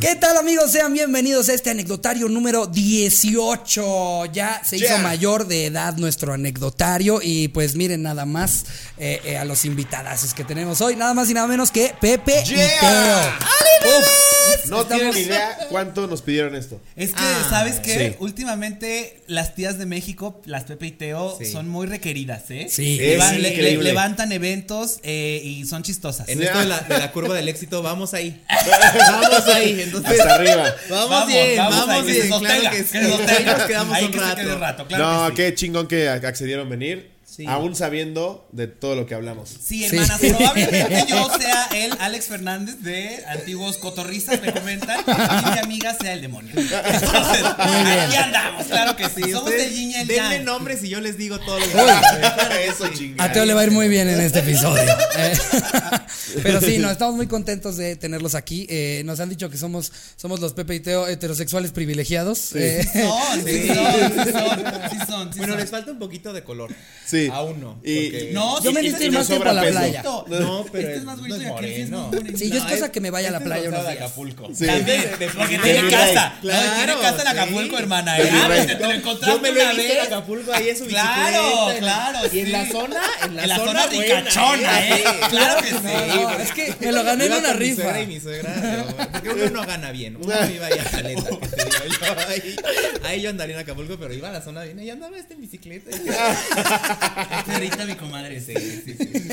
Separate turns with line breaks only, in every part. ¿Qué tal amigos? Sean bienvenidos a este anecdotario número 18. Ya se
Yeah.
hizo mayor de edad nuestro anecdotario y pues miren nada más eh, eh, a los invitadazos que tenemos hoy, nada más y nada menos que Pepe y
Yeah.
Teo. Uf,
No
estamos-
tienen idea cuánto nos pidieron esto.
Es que,
Ah,
¿sabes qué?
sí.
Últimamente las tías de México, las Pepe y Teo,
Sí.
son muy requeridas, ¿eh?
Sí.
Levan-
Es
le- le-
increíble.
levantan eventos eh, y son chistosas.
En
Ya.
esto de
Ah,
la, de la curva del éxito, vamos ahí. Vamos ahí. Entonces,
Hasta arriba.
vamos, bien, vamos,
ahí, que se
bien.
sostenga,
claro que sí.
se sostenga.
Ahí nos quedamos
Ahí
un
que se quede
rato.
un rato, claro
No,
que sí.
qué chingón que ac- accedieron venir,
Sí.
aún sabiendo de todo lo que hablamos.
Sí,
Sí.
hermanas, probablemente yo sea el Alex Fernández de Antiguos Cotorristas, me comentan, y mi amiga sea el demonio. Entonces,
Muy bien.
aquí andamos, claro que sí.
Sí,
Somos
ustedes
de Yin y el
denme
Yang.
nombres y yo les digo todo lo que
Eso chingón.
A Teo le va a ir muy bien en este episodio. Eh, Pero sí, no, estamos muy contentos de tenerlos aquí. Eh, nos han dicho que somos, somos los Pepe y Teo heterosexuales privilegiados. Eh,
Son, sí,
Sí.
son, sí son, sí son, sí
Bueno,
son.
les falta un poquito de color.
Sí.
Aún no.
Y-
porque-
No,
Yo
sí,
me
este
necesito
es
ir más
más
tiempo a la
sobra peso.
playa.
bonito.
No, pero
Este es más bonito
no es
de aquí, es
moreno.
más bonito.
Sí, yo es cosa
es-
que me vaya a la
este es
playa unos
Gonzalo de
días.
Acapulco.
Sí.
También,
De- de-
porque
de-
tiene
mi
casa.
rey.
No, y tiene
Claro,
casa en
sí.
Acapulco, hermana.
De
¿eh?
mi
Ah,
rey.
te- te lo encontraste
Yo me lo he
una
visto en
vez.
Acapulco ahí en su
Claro,
bicicleta, en-
claro.
Y en
sí.
la zona, en la, zona, buena,
ricachona, ¿eh?
sí.
Claro que sí.
No, es que me lo gané en
Iba
una
con mi
rifa.
suegra y mi suegra, pero- porque uno no gana bien. Uno iba ahí a Caleta, que te digo yo, ahí, ahí yo andaría en Acapulco, pero iba a la zona bien. Y andaba este en bicicleta. y-
Este ahorita mi comadre, sí, sí, sí.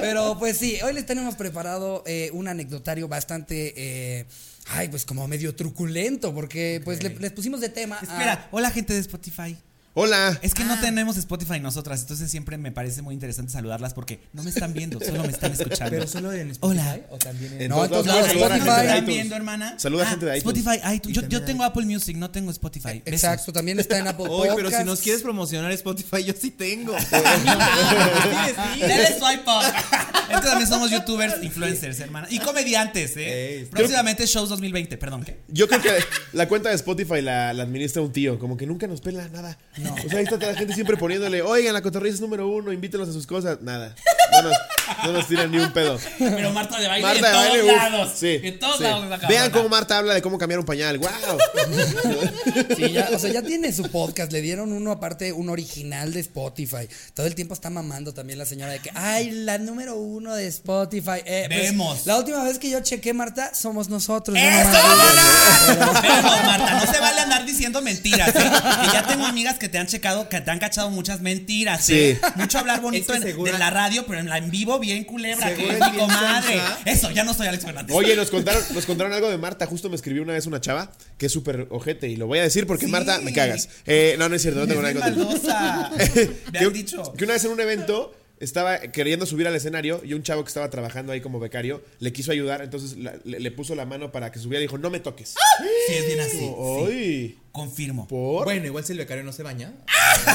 Pero pues sí, hoy les tenemos preparado eh, un anecdotario bastante, eh, ay, pues como medio truculento, porque pues le- les pusimos de tema. a-
Espera, hola gente de Spotify.
Hola.
Es que
Ah.
no tenemos Spotify nosotras, entonces siempre me parece muy interesante saludarlas porque no me están viendo, solo me están escuchando.
Pero solo en Spotify.
Hola.
O también en.
En
No,
todos
entonces,
lados,
no,
saluda a
Spotify.
la gente de
¿Están
iTunes.
viendo, hermana?
Saluda a
Ah,
gente de iTunes.
Spotify, iTunes.
Y
Yo, yo
también
tengo Apple Music, no tengo Spotify. Besos.
Exacto, también está en Apple
Oye,
Podcasts.
pero si nos quieres promocionar Spotify, yo sí tengo.
Eh,
Ah, Dale swipe up. Entonces también somos youtubers, influencers, hermana. Y comediantes, ¿eh?
Ey,
Próximamente shows 2020, perdón, ¿qué?
Yo creo que la cuenta de Spotify la, la administra un tío, como que nunca nos pela nada. O sea, ahí está toda la gente siempre poniéndole, oigan, la cotorriza es número uno, invítenlos a sus cosas. Nada. No nos, no nos tiran ni un pedo.
Pero Marta de baile
Marta
en
de
todos
baile, uf,
lados.
sí,
en todos
sí.
lados la cabrona.
Vean cómo Marta habla de cómo cambiar un pañal. ¡Wow!
Sí, ya, o sea, ya tiene su podcast, le dieron uno aparte, un original de Spotify. Todo el tiempo está mamando también la señora de que, ay, la número uno de Spotify. Eh, pues,
Vemos.
la última vez que yo chequé, Marta, somos nosotros. no
¡Eso,
mames.
mamá! Pero no, Marta, no se vale andar diciendo mentiras. ¿eh? Que ya tengo amigas que te han checado, que te han cachado muchas mentiras. ¿eh?
Sí.
Mucho hablar bonito
Es que
en,
segura-
de la radio, pero en la en vivo bien culebra. Que
Segura
es
es
mi
bien
comadre.
sonsa.
Eso, ya no soy Alex Fernández.
Oye, nos contaron, nos contaron algo de Marta. Justo me escribió una vez una chava que es súper ojete y lo voy a decir porque
Sí.
Marta, me cagas. Eh, no, no es cierto, no tengo
Es
nada
bien
contra ti.
maldosa. Me
que,
han dicho.
que una vez en un evento estaba queriendo subir al escenario y un chavo que estaba trabajando ahí como becario le quiso ayudar, entonces la- le, le puso la mano para que subiera y dijo, no me toques.
Sí, es bien así. sí.
¡Ay!
Confirmo.
¿Por?
Bueno, igual si el becario no se baña.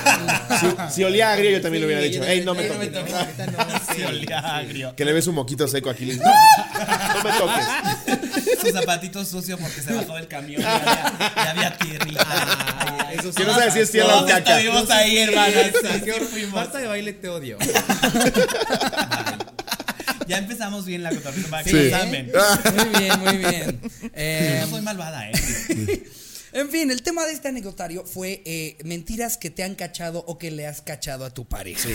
si, si olía agrio yo también lo hubiera
Sí,
dicho.
yo
¡Ey,
también-
no me
ey, no me
toques!
toques, ahorita no,
Sí,
sí.
olía agrio.
Que le ves un moquito seco aquí. le dices, No, no me toques.
Sus zapatitos sucios porque se bajó del camión y había, y había tierrita.
Ah, eso sí.
Que no sabe si es tierra o
Todos
caca.
estuvimos ahí, hermana.
Esa,
Sí,
qué
sí
hor-
fuimos.
Marta de baile te odio.
Ya empezamos bien la cotorrisa para que
Sí.
lo saben.
Ah. Muy bien, muy bien. Eh,
Yo no soy malvada, ¿eh?
En fin, el tema de este anecdotario fue eh, mentiras que te han cachado o que le has cachado a tu pareja.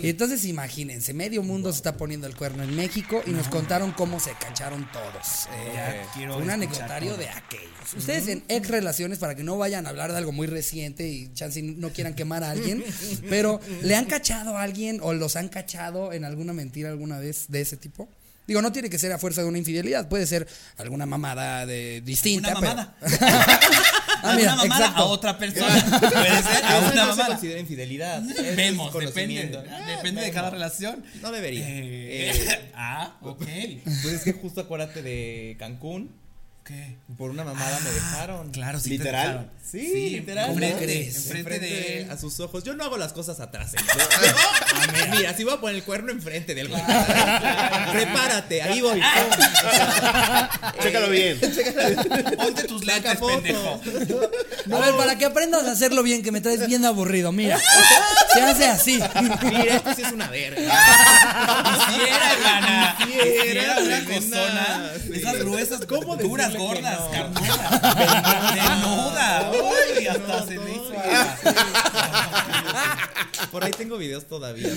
Y entonces imagínense, medio mundo se está poniendo el cuerno en México y nos contaron cómo se cacharon todos. Eh,
Ya, quiero
fue un
escuchar
anecdotario
todo.
de aquellos. Ustedes en ex relaciones, para que no vayan a hablar de algo muy reciente y chance y no quieran quemar a alguien, pero ¿le han cachado a alguien o los han cachado en alguna mentira alguna vez de ese tipo? Digo, no tiene que ser a fuerza de una infidelidad, puede ser alguna mamada de distinta.
Una
pero-
mamada.
Ah,
A
mira,
una mamada
exacto.
a otra persona. Puede ser
Eso
a una
no se
mamada.
considera infidelidad. Eso es
Vemos,
conocimiento.
depende.
Ah,
Depende de
vemos.
cada relación.
No debería.
Eh,
Eh,
ah, ok.
Pues es que justo acuérdate de Cancún.
¿Qué?
Por una mamada me dejaron.
Ah, Claro, sí. te
¿Literal?
dejaron.
Sí,
¿Cómo
Enfrente,
crees?
enfrente de él.
a sus ojos. Yo no hago las cosas atrás. señor. Mira, si voy a poner el cuerno enfrente del güey. Prepárate, ahí voy.
Chécalo bien.
Ponte tus lentes,
Saca foto.
pendejo.
A ver, para que aprendas a hacerlo bien, que me traes bien aburrido, mira. Se hace así.
Mira, esto sí es una verga.
Quisiera, hermana.
Quisiera,
Quisiera una
tremenda.
costona.
Sí.
Esas gruesas,
¿Cómo
duras,
decirle que
gordas,
no?
carnudas. Desnuda. Uy, hasta se me hizo.
Por ahí tengo videos todavía.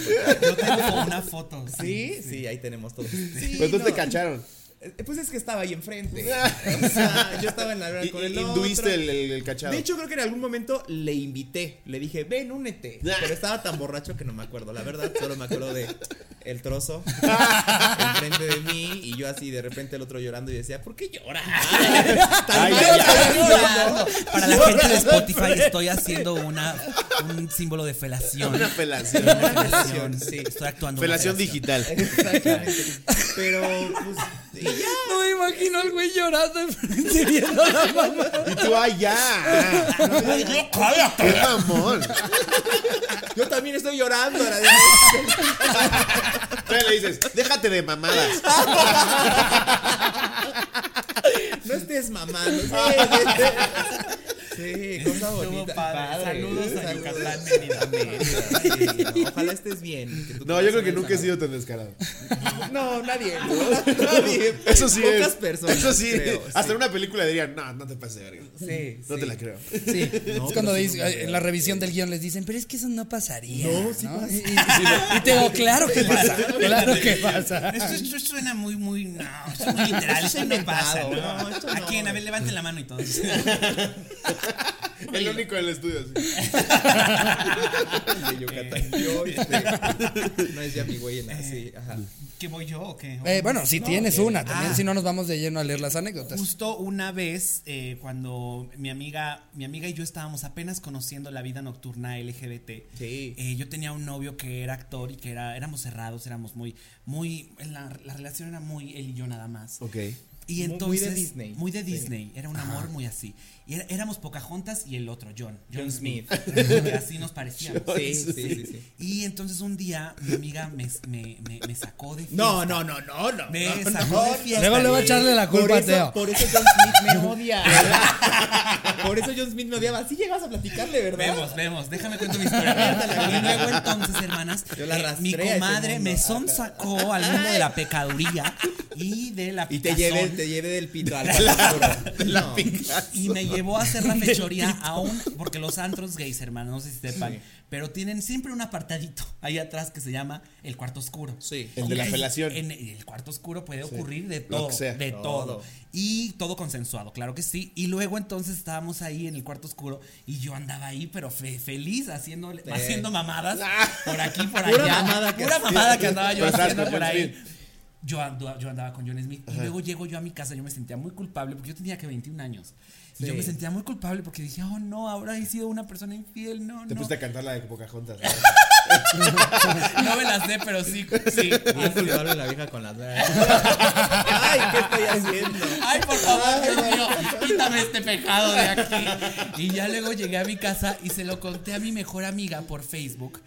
Yo tengo una foto.
¿Sí? ¿Sí? ahí tenemos todos. Sí,
Pero entonces
no.
te cacharon.
Eh, Pues es que estaba ahí enfrente. O sea, yo estaba en la
Y-
verga con
y-
el
Induiste
otro.
el, el- el cachado.
De hecho, creo que en algún momento le invité. Le dije, ven, únete.
Ah.
Pero estaba tan borracho que no me acuerdo. La verdad, solo me acuerdo de el trozo enfrente de mí. Y yo así, de repente, el otro llorando. Y decía, ¿por qué llora?
Ay,
mal,
ay,
ya
ay.
llora.
Para la gente de Spotify estoy haciendo una un símbolo de felación.
Una felación.
Una felación,
sí.
Estoy actuando. una
Felación digital.
Exactamente. Pero, pues, y ya.
No me imagino al güey llorando enfrente viendo a la mamá.
Y tú, ay, ya.
Ay, yo, cállate.
Qué mamón.
Yo también estoy llorando. la de-
Entonces le dices, déjate de mamadas.
No estés mamando. Sí, sí, sí, cosa
Estuvo
bonita.
padre. Saludos a Yucatán,
Mérida, Mérida. Sí, Ojalá estés bien. que tu
No, yo creo que
corazón
nunca he sido tan descarado.
No, nadie. ¿no? Nadie.
Eso sí
Pocas
es.
personas.
Eso sí.
creo,
hasta en una película dirían, no, no te pases de verga.
Sí,
No
sí.
te la creo.
Sí. No,
Es cuando
pero sí
dice-
no me-
en la revisión del guión les dicen, pero es que eso no pasaría.
No, sí pasa.
Y, y- y te digo, claro que pasa. Claro que pasa.
Esto, esto suena muy, muy. No, esto es muy literal. Esto no pasa.
inventado.
¿no?
No, esto
¿A
no.
quién? A ver, levanten la mano y todos.
El único del estudio. sí.
de Yucatán. Eh, Yo, este, no es ya mi güey en la. Sí, ajá.
¿Qué voy yo o qué?
Eh, bueno, si tienes una, también
Ah.
si no nos vamos de lleno a leer las anécdotas.
Pues,
Justo una vez, eh, cuando mi amiga, mi amiga y yo estábamos apenas conociendo la vida nocturna LGBT.
Sí.
eh, yo tenía un novio que era actor y que era, éramos cerrados, éramos muy, muy, la, la relación era muy él y yo nada más.
Ok.
Y
Muy- muy
entonces,
de Disney.
Muy de
Sí.
Disney, era un amor muy así. Y era- éramos Pocahontas y el otro, John. John,
John
Smith.
Smith.
así nos parecíamos.
Sí, sí, sí, sí.
Y entonces un día mi amiga me, me, me, me sacó de fiesta.
No, no, no, no, no.
Me
no,
sacó
no,
de fiesta.
Luego le va a echarle la
Por
culpa a
eso, pues,
Teo.
por eso John Smith me odia. Por eso John Smith me odiaba. Así llegabas a platicarle, ¿verdad?
Vemos, vemos, déjame cuento mi historia. Y luego entonces, hermanas,
Yo la
eh,
arrastré
mi
a ese
comadre
mundo.
me sacó al mundo de la pecaduría y de la
Y te
picazón.
llevé, te llevé del pito al la, no.
Y me llevó a hacer la fechoría a un. Porque los antros gays, hermano, no sé si sepan. Pero tienen siempre un apartadito ahí atrás que se llama el cuarto oscuro.
Sí.
El de la
Y
felación.
En el cuarto oscuro puede ocurrir de todo.
que sea.
De
Todo.
todo. Y todo consensuado, claro que sí. Y luego entonces estábamos ahí en el cuarto oscuro y yo andaba ahí, pero fe- feliz, haciendo, haciendo mamadas por aquí, por
Ah. Pura
allá.
mamada que
pura mamada que
hacía.
andaba yo
Pero estabas
haciendo
con
por
John
ahí.
Smith.
Yo, andu- yo andaba con John Smith y luego llego yo a mi casa, yo me sentía muy culpable porque yo tenía que 21 años. Y yo
Sí.
me sentía muy culpable porque dije, oh no, ahora he sido una persona infiel, no,
Te
no.
pusiste a cantar la de Pocahontas.
No me las sé, pero sí, sí.
Bien culpable la vieja con las. Ay, ¿qué estoy haciendo?
Ay, por favor, Dios mío, quítame este pecado de aquí. Y ya luego llegué a mi casa y se lo conté a mi mejor amiga por Facebook.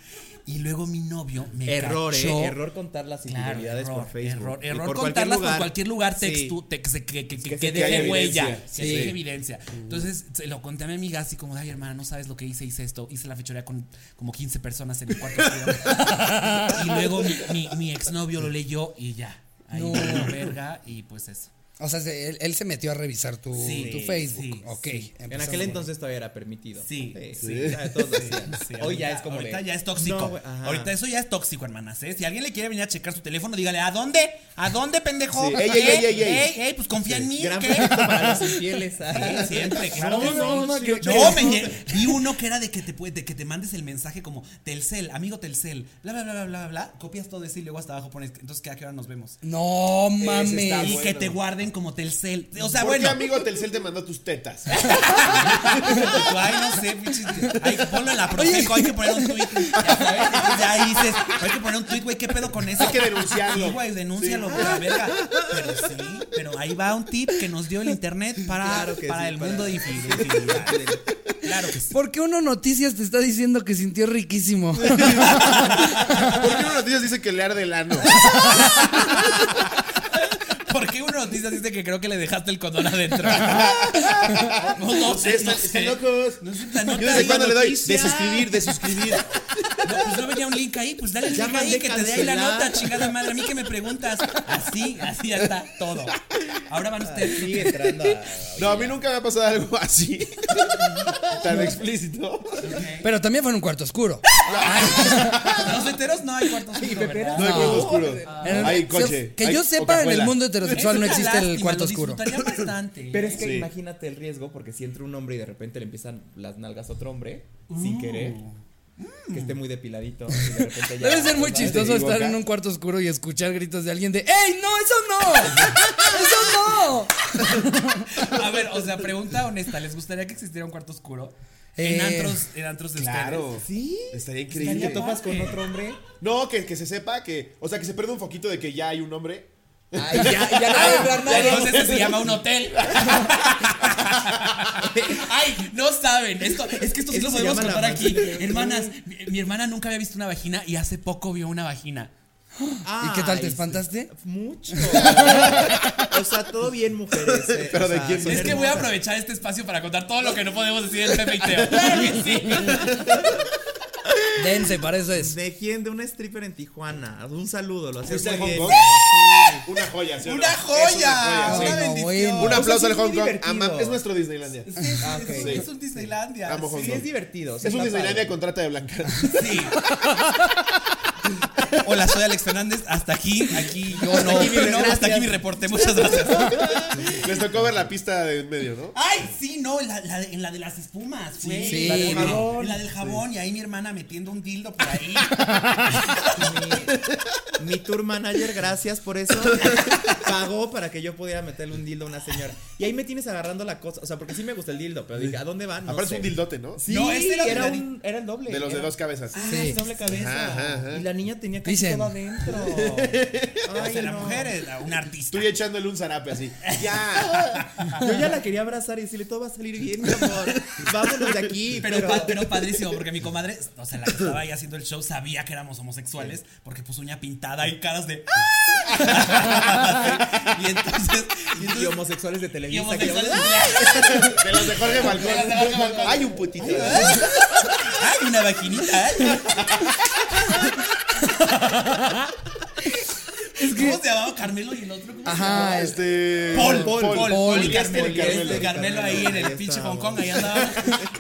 Y luego mi novio me
Error,
cachó.
eh, error contar las
Claro,
infidelidades
error,
por Facebook.
error,
Y
error
por
contarlas por
lugar.
cualquier lugar textu,
Sí.
tex- que, que, que,
Que
que
se- que
deje
haya
huella,
evidencia.
que deje
Sí.
evidencia. Entonces se lo conté a mi amiga así como, ay hermana, no sabes lo que hice, hice esto, hice la fechoría con como 15 personas en el cuarto. oscuro". y luego mi, mi, mi exnovio lo leyó y ya, ahí
No.
valió verga y pues eso.
O sea, se- él, él se metió a revisar tu,
Sí,
tu Facebook.
sí,
ok.
sí.
En
empezamos
aquel
por-
entonces todavía era permitido.
Sí,
sí. ya todos lo hacían.
Sí,
Hoy
ahorita-
ya es como.
Ahorita
de-
ya es tóxico.
No, güey, ajá.
ahorita eso ya es tóxico, hermanas. ¿eh? Si alguien le quiere venir a checar su teléfono, dígale, ¿a dónde? ¿A dónde, pendejo?
Sí. Ey, ey,
¿Eh?
ey, ey, ey.
Ey, ey, pues confía en mí.
Gran
¿qué?
proyecto para los infieles.
Sí, siempre, claro. que sí.
no, no, que-
No, me lle- vi uno que era de que te puede- de que te mandes el mensaje como Telcel, amigo Telcel, bla bla bla bla bla bla, copias todo eso y luego hasta abajo pones, entonces ¿qué- a qué hora nos vemos.
No
Ese está
y
mames.
bueno.
que te guarden como Telcel. O sea,
¿Por
bueno.
qué amigo Telcel te mandó tus tetas?
Tú, Pues, Ay, no sé, pinches. Ay, ponlo en la Profeco, hay que poner un tweet. Ya sabes, entonces ya dices, hay que poner un tweet, güey, ¿qué pedo con eso?
Hay que denunciarlo.
Sí, güey, denúncialo,
Sí.
güey, la verga. Pero sí, pero ahí va un tip que nos dio el internet para,
Claro que
para
sí,
el
para-
mundo de infidelidad. Claro que sí.
¿Por qué uno noticias te está diciendo que sintió riquísimo?
¿Por qué en noticias dice que le arde el ano?
¿Por qué una noticia dice que creo que le dejaste el condón adentro? No, no sé,
Están
no
están
sé.
locos.
No sé, la
Yo
nota
desde
ahí,
cuándo le doy
noticia.
desuscribir, desuscribir.
No, pues no venía un link ahí, pues dale el
Ya
link ahí
mandé
que te dé ahí la
cancelar.
nota, chingada madre. A mí que me preguntas. Así, así ya está todo. Ahora van ustedes.
Sigue entrando a-
No, a mí nunca me ha pasado algo así. Tan explícito.
Pero también fue en un cuarto oscuro.
Los heteros no hay cuartos oscuros, ¿verdad?
No hay cuarto oscuro.
Ah.
En el-
Hay coche.
Que
hay
yo sepa, en el
Coca-Cola.
mundo heterosexual no
Es una
existe el
lástima,
cuarto
lo
oscuro.
disfrutaría bastante.
Pero es que
Sí.
imagínate el riesgo, porque si entra un hombre y de repente le empiezan las nalgas a otro hombre,
Mm.
sin querer, que esté muy depiladito. y de repente ya-
Debe ser muy
¿sabes?
chistoso estar
equivoca.
en un cuarto oscuro y escuchar gritos de alguien de ¡Ey, no, eso no! ¡Eso no!
A ver, o sea, pregunta honesta, ¿les gustaría que existiera un cuarto oscuro?
Eh,
en antros, en antros de
Claro.
ustedes.
Sí.
Estaría
Y
increíble.
te topas con otro hombre.
No, que, que se sepa que. O sea, que se pierda un foquito de que ya hay un hombre.
Ay, ya, ya no va a entrar nadie.
Entonces eso se llama un hotel. Ay, no saben. Esto, es que esto sí
Eso
lo
se
podemos
llama la
contar aquí.
magia.
Hermanas, mi, mi hermana nunca había visto una vagina y hace poco vio una vagina.
¿Y qué tal? ¿Te
Ay,
espantaste?
Mucho. o sea, todo bien, mujeres. eh,
Pero
o
¿de
sea,
quién
son
es que voy a
hermosas.
aprovechar este espacio para contar todo lo que no podemos decir en Pepe y Teo. Claro que sí.
Dense, para eso es.
¿De quién? De una stripper en Tijuana. Un saludo, lo haces
¿Fuiste
muy
al Hong
bien.
Kong? Una joya, ¿sí o no?
¡Una
Es
joya!
una
Ay,
¡Una
no,
bendición!
bueno.
Un
O sea,
aplauso
sí
al
es
Hong
muy
Kong.
divertido.
Ama- es nuestro Disneylandia.
Ah, ok.
Sí.
Es un Disneylandia.
Amo Hong
Sí, es
Kong.
divertido. sí
Es un
está
Disneylandia
padre.
con trata de blancas.
Sí. Hola, soy Alex Fernández. Hasta aquí, aquí yo
Hasta
no.
aquí mi
no,
gracias.
hasta aquí mi reporte. Muchas gracias.
Les tocó ver la pista de en medio, ¿no?
Ay, sí, no, la, la, de- en la de las espumas, fue.
sí,
la del
no.
jabón. En la del jabón, y ahí mi hermana metiendo un dildo por ahí.
Mi, mi tour manager, gracias por eso. Pagó para que yo pudiera meterle un dildo a una señora. Y ahí me tienes agarrando la cosa. O sea, porque sí me gusta el dildo, pero dije, ¿a dónde
Ah,
van? No
Aparte
sé.
es un dildote, ¿no?
Sí,
No, ese era
era,
de la-
un- era el doble.
De los de
era-
dos cabezas.
Ah,
Sí.
es doble cabeza.
Ajá, ajá.
Y la niña tenía casi
Dicen.
todo adentro.
o
Ay,
sea, la
no.
mujer es la- una artista.
Tú ya echándole un zarape así. ¡Ya!
Yo ya la quería abrazar y decirle, todo va a salir bien, mi amor. Vámonos de aquí.
Pero, pa- pero padrísimo, porque mi comadre, o sea, la que estaba ahí haciendo el show sabía que éramos homosexuales, porque puso uña pintada y caras de. ¡Ah! y entonces. Y
Y
entonces
homosexuales de Televisa.
y ¡Ah! homosexuales.
que-
De los de Jorge
De los de Jorge
Falcón.
Falcón.
Hay un putito.
¡Ay, una vaginita! ay. ¿Cómo se llamaba Carmelo y el otro? ¿Cómo se
Ajá, este.
Este.
Paul, Paul, Paul, Paul, y
Paul,
Carmelo,
Paul,
y este
Carmelo.
Carmelo ahí en el
Ahí
pinche Hong
estábamos.
Kong, ahí andaba.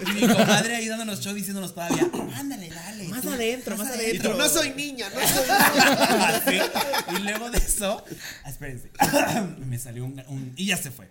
Y mi comadre ahí dándonos show diciéndonos todavía, ándale, dale.
Más
tú,
adentro, más
Y tú,
adentro.
no soy niña, no soy
Así. Y luego de eso, ah, espérense, me salió un, un- Y ya se fue.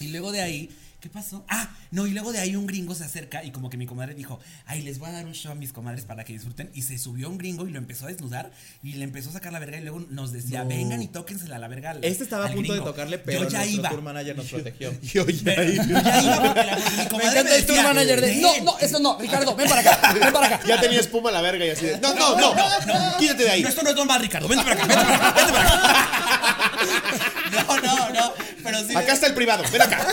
Y luego de ahí, ¿qué pasó? Ah, no, y luego de ahí un gringo se acerca y como que mi comadre dijo, ay, les voy a dar un show a mis comadres para que disfruten. Y se subió un gringo y lo empezó a desnudar y le empezó a sacar la verga y luego nos decía, vengan y tóquensela a la verga. al-
Este estaba a
al
punto de
gringo".
tocarle, pero
Yo ya
nuestro
iba.
tour manager nos protegió.
Y oye,
Pero,
ahí.
yo ya iba porque la, mi
Me
comadre me,
encanta el tour
decía,
manager de.
"Ven".
No, no, eso no, Ricardo, ven para acá, ven para acá.
Ya tenía espuma a la verga y así de. No, no, no. Quítate de ahí.
No, esto no es normal, Ricardo. Vente para acá, vente para acá, vente para acá. No, no, no. Pero sí.
Acá está el privado. Ven acá.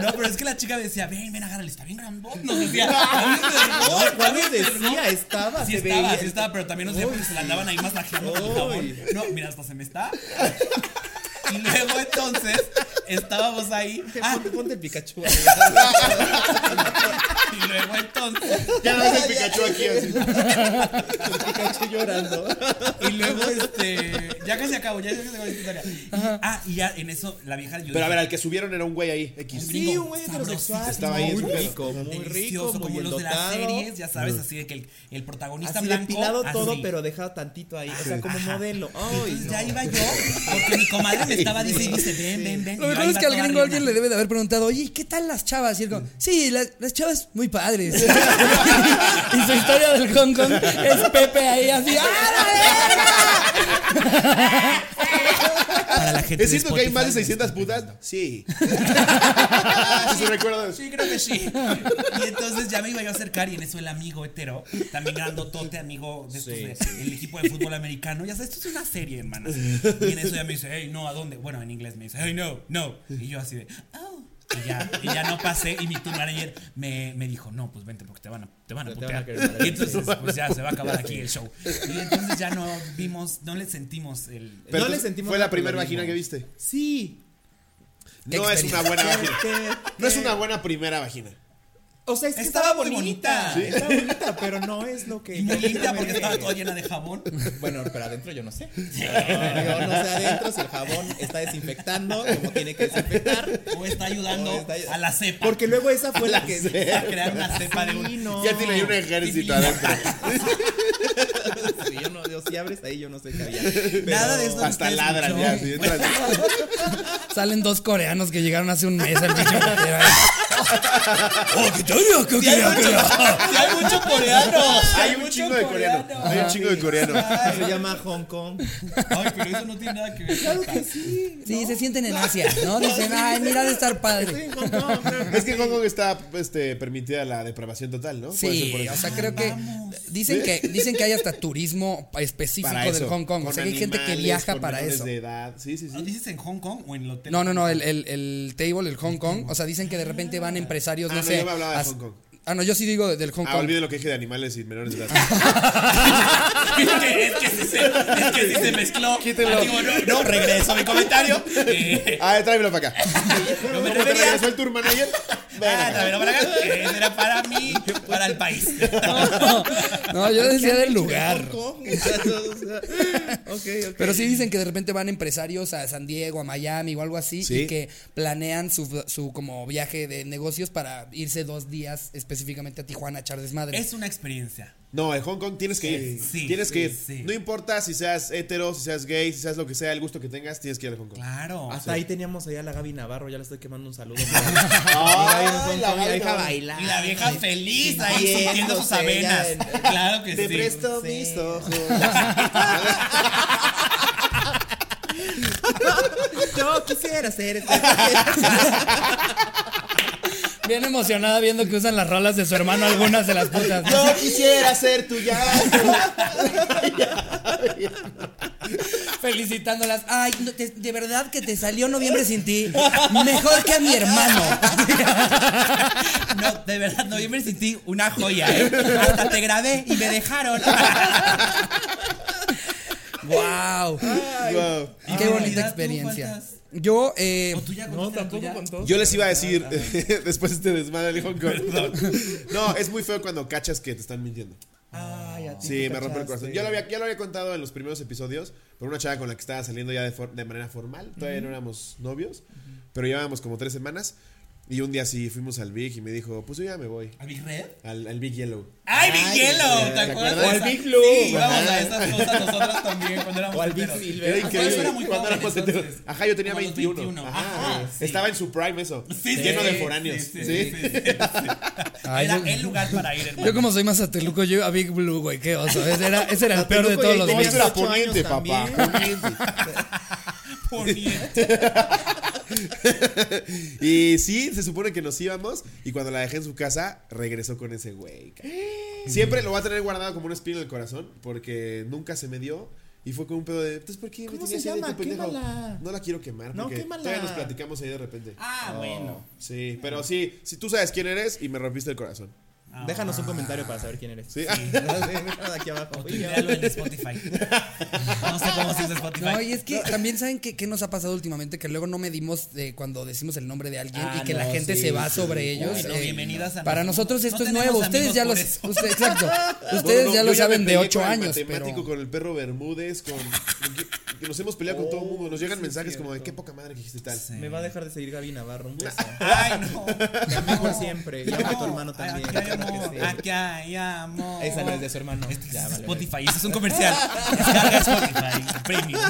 No, pero es que la chica decía, ven, ven, agárrale, está bien grandón. Nos decía, no,
¿cuál nos decía? Estaba,
sí
se
estaba,
veía.
sí estaba, pero también nos decía porque se la andaban ahí masajeando con el jabón.
Uy.
No, mira, hasta se me está. Y luego entonces estábamos ahí. Ah,
Ponte, ponte el Pikachu.
y luego entonces.
Ya no es el Pikachu aquí así.
Pikachu llorando.
Y luego, este. Ya casi acabo, ya casi acabo la historia. Y- ah, y ya en eso la vieja. Yo
Pero a
dije,
ver, al que subieron era un güey ahí. X.
Sí, un güey heterosexual.
Estaba ahí en
muy
su pedo.
rico, muy rico,
delicioso,
muy
como los de las
endotado.
series, ya sabes, así de que el, el protagonista
Así
blanco.
depilado todo,
así.
pero dejado tantito ahí. O sea, como
Ajá.
modelo. Ay,
Entonces
no.
ya iba yo, porque mi comadre me estaba diciendo, dice, ven, ven, ven.
Lo
Y yo
mejor
ahí
es
va
que al
toda
gringo alguien
riona.
le debe de haber preguntado, oye, ¿y ¿qué tal las chavas? Y él como, sí, las, las chavas muy padres. y su historia del Hong Kong es Pepe ahí así, ¡ah,
Para la gente
¿Es
de
cierto Eh, que hay más de
Spotify,
600 putas? Sí. Eso recuerdo de
Sí, creo que sí. Y entonces ya me iba yo a acercar y en eso el amigo hetero, también grandotote, amigo de estos de- el equipo de fútbol americano. Ya sabes, esto es una serie, hermanas. Y en eso ya me dice, hey, no, ¿a dónde? Bueno, en inglés me dice, hey, no, no. Y yo así de, oh. Y ya, y ya no pasé y mi tour manager me, me dijo, no, pues vente porque te van a, te van a
Te van a
putear.
querer madrear.
Y entonces pues ya se va a acabar aquí el show. Y entonces ya no vimos, no le sentimos el...
No le sentimos
Fue
nada
la
por
primera
lo
vagina
mismo.
que viste.
Sí.
Qué
No es una buena
Qué-
vagina.
qué-
No es una buena primera vagina.
O sea, es que
Estaba
estaba,
muy bonita.
bonita.
Sí.
Estaba bonita, pero no es lo que.
Y muy limpia porque
verdaderamente-
estaba toda llena de jabón.
Bueno, pero adentro yo no sé. Yo no sé adentro si el jabón está desinfectando como tiene que desinfectar.
O está ayudando
O está ayudando.
a la cepa.
Porque luego esa fue la que.
a crear una cepa de un.
Sí, no.
Ya tiene ahí un
Sí,
ejército adentro.
Sí, yo no, yo, si abres ahí, yo no sé qué había.
Nada de eso.
Hasta
Ustedes
ladran
escuchó.
ya. así, entran.
Salen dos coreanos que llegaron hace un mes al pinche frontera.
¿eh?
¡Oh, qué tal! ¿Qué
Sí, hay
tal?
mucho, sí, hay mucho coreano.
Hay un
mucho
chingo de coreano. Hay un chingo de coreano.
Se llama Hong Kong.
Ay, pero eso no tiene nada que ver. con tal.
Sí, se sienten en Asia, ¿no? Dicen, ay, mira de estar
Estoy
padre.
en Hong Kong. claro que
Es que en
sí.
Hong Kong está este, permitida la depravación total, ¿no? Puede ser pues, por
Sí,
eso.
o sea, creo que dicen que dicen que hay hasta turismo específico
Para
del
eso,
Hong Kong, o
con
sea, que hay gente que
animales,
viaja
con
para
menores
eso.
de edad. Sí, sí,
¿Lo
sí.
dices en Hong Kong o en el hotel?
No, no, no, el, el, el table, el Hong Kong, o sea, dicen que de repente van empresarios,
Ah,
no
no,
sé.
yo me hablaba de
as-
Hong Kong.
Ah, no, yo sí digo del Hong
Ah,
Kong.
olviden lo que dije de animales y menores de edad.
es que, es que sí se, es que sí se mezcló.
Quítenlo.
Ah, digo, no, no, regreso a mi comentario. Eh,
Ah, tráemelo para acá.
no me
¿Cómo te
refería.
regresó el tour manager? Ven
Ah,
acá.
también para acá. Eh, Era para mí, para el país.
No, yo decía del
Hong
lugar.
Kong, muchachos, o sea, ok, ok.
Pero sí dicen que de repente van empresarios a San Diego, a Miami o algo así,
Sí.
y que planean su, su como viaje de negocios para irse dos días específicamente a Tijuana a echar desmadre.
Es una experiencia.
No, en Hong Kong tienes que ir.
Sí,
tienes
sí,
que ir.
sí.
No importa si seas hetero, si seas gay, si seas lo que sea, el gusto que tengas, tienes que ir a Hong Kong.
Claro.
Hasta ahí teníamos allá a la Gaby Navarro, ya le estoy quemando un saludo.
Ay, la
la
Gaby
vieja
Navarro.
bailando.
Y la vieja feliz ahí
Bien,
sintiendo sus
o sea,
avenas.
ya-
Claro que
Te
sí.
presto
sí.
mis ojos.
Yo quisiera ser este.
Bien emocionada viendo que usan las rolas de su hermano algunas de las putas.
Yo quisiera ser tu llanto.
Felicitándolas. Ay, no, te- de verdad que te salió noviembre sin ti. Mejor que a mi hermano.
No, de verdad, noviembre sentí una joya, ¿eh? Hasta te grabé y me dejaron.
Wow.
Wow.
Qué
Ah,
bonita
¿tú
experiencia.
cuántas?
Yo, eh,
¿O tú ya
No,
contaste la
tampoco
tuya?
con todos.
Yo les iba a decir, después de este desmadre de Hong Kong. No, es muy feo cuando cachas que te están mintiendo.
Ay, a ti
Sí,
te
me rompe el
cachaste.
corazón. Yo lo, había, ya lo había contado en los primeros episodios por una chava con la que estaba saliendo ya de, for- de manera formal. Todavía no éramos novios, pero llevábamos como tres semanas. Y un día sí fuimos al Big y me dijo, pues yo ya me voy.
¿A Big Red?
Al, al Big Yellow.
¡Ay, Big
Ay,
Yellow! ¿Te
¿te acuerdas?
acuerdas? de
O al
esa?
Big Blue.
Sí,
Ajá.
íbamos a esas cosas nosotros también cuando éramos
O al Big
solteros.
Silver.
Era
Ajá,
increíble.
eso era muy
Cuando
joven,
éramos
entonces.
enteros. Ajá, yo tenía
Como los
21.
21.
Ajá,
Ajá,
güey.
sí.
Estaba en su prime eso.
Sí, sí,
lleno de
sí,
foráneos.
sí,
Sí,
sí, sí, sí, sí.
Ay,
Era
yo-
el lugar para ir, hermano.
yo como soy más sateluco, yo a Big Blue, güey, qué oso. Ese era, ese era el peor de todos los
No,
días.
esto era
Ocho años
poniente, papá.
también.
Poniente.
Poniente.
Y sí, se supone que nos íbamos. Y cuando la dejé en su casa, regresó con ese güey. ca- Siempre lo va a tener guardado como un espín en el corazón. Porque nunca se me dio. Y fue como un pedo de. Entonces, ¿por qué me
¿Cómo
tenías
se
ahí de
llama?
tu pendejo?"
Quémala.
No la quiero quemar.
No,
Porque
quémala.
Todavía nos platicamos ahí de repente.
Ah, bueno.
Sí, pero sí, si tú sabes quién eres y me rompiste el corazón.
Déjanos un comentario para saber quién eres.
Sí.
Déjanos aquí abajo.
O tuitealo en Spotify. No sé cómo se usa Spotify.
No, y es que también saben que, qué nos ha pasado últimamente, que luego no medimos de cuando decimos el nombre de alguien
Ah,
y que la
no,
gente
sí,
se va
sí,
sobre
sí.
ellos.
Uy, no,
eh,
bienvenidas a
Para
nuestro
nosotros
mundo.
esto
No
es
tenemos
nuevo. Ustedes
amigos
ya
por
los.
eso.
usted- exacto.
No,
Ustedes
no,
ya
yo
lo
me
saben de
peleé
8
con el
años.
matemático,
pero-
con el perro Bermúdez, con. con que- que nos hemos peleado con todo el mundo. Nos llegan mensajes como de qué poca madre que dijiste tal.
Me va a dejar de seguir Gaby Navarro. Un beso.
Ay, no.
Te amo por siempre. Y amo a tu hermano
Ay,
también.
Aquí hay
claro que
amor.
sí.
Aquí hay amor.
Esa no es de su hermano.
Este es
Ya, vale,
Spotify, ese es un comercial. Descarga Spotify Premium.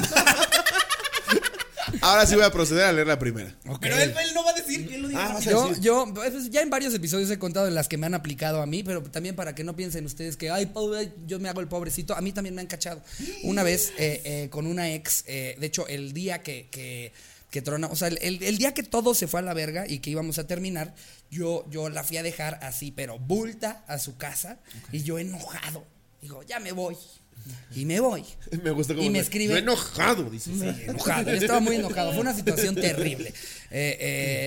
Ahora sí voy a proceder a leer la primera.
Ok.
Pero él, él no va a decir que él lo diga.
Ah, vas a
rápido.
Yo, yo,
decir.
pues, ya en varios episodios he contado de las que me han aplicado a mí, pero también para que no piensen ustedes que, ay, pobre, yo me hago el pobrecito, a mí también me han cachado. Una vez eh, eh, con una ex, eh, de hecho, el día que, que, que trona, o sea, el, el- el día que todo se fue a la verga y que íbamos a terminar, yo, yo la fui a dejar así, pero bulta a su casa y yo enojado. Digo, ya me voy. Y me voy.
Me gusta como.
Y me
fue.
escribe-
Yo enojado, dices.
Sí, enojado. Yo estaba muy enojado. Fue una situación terrible. eh,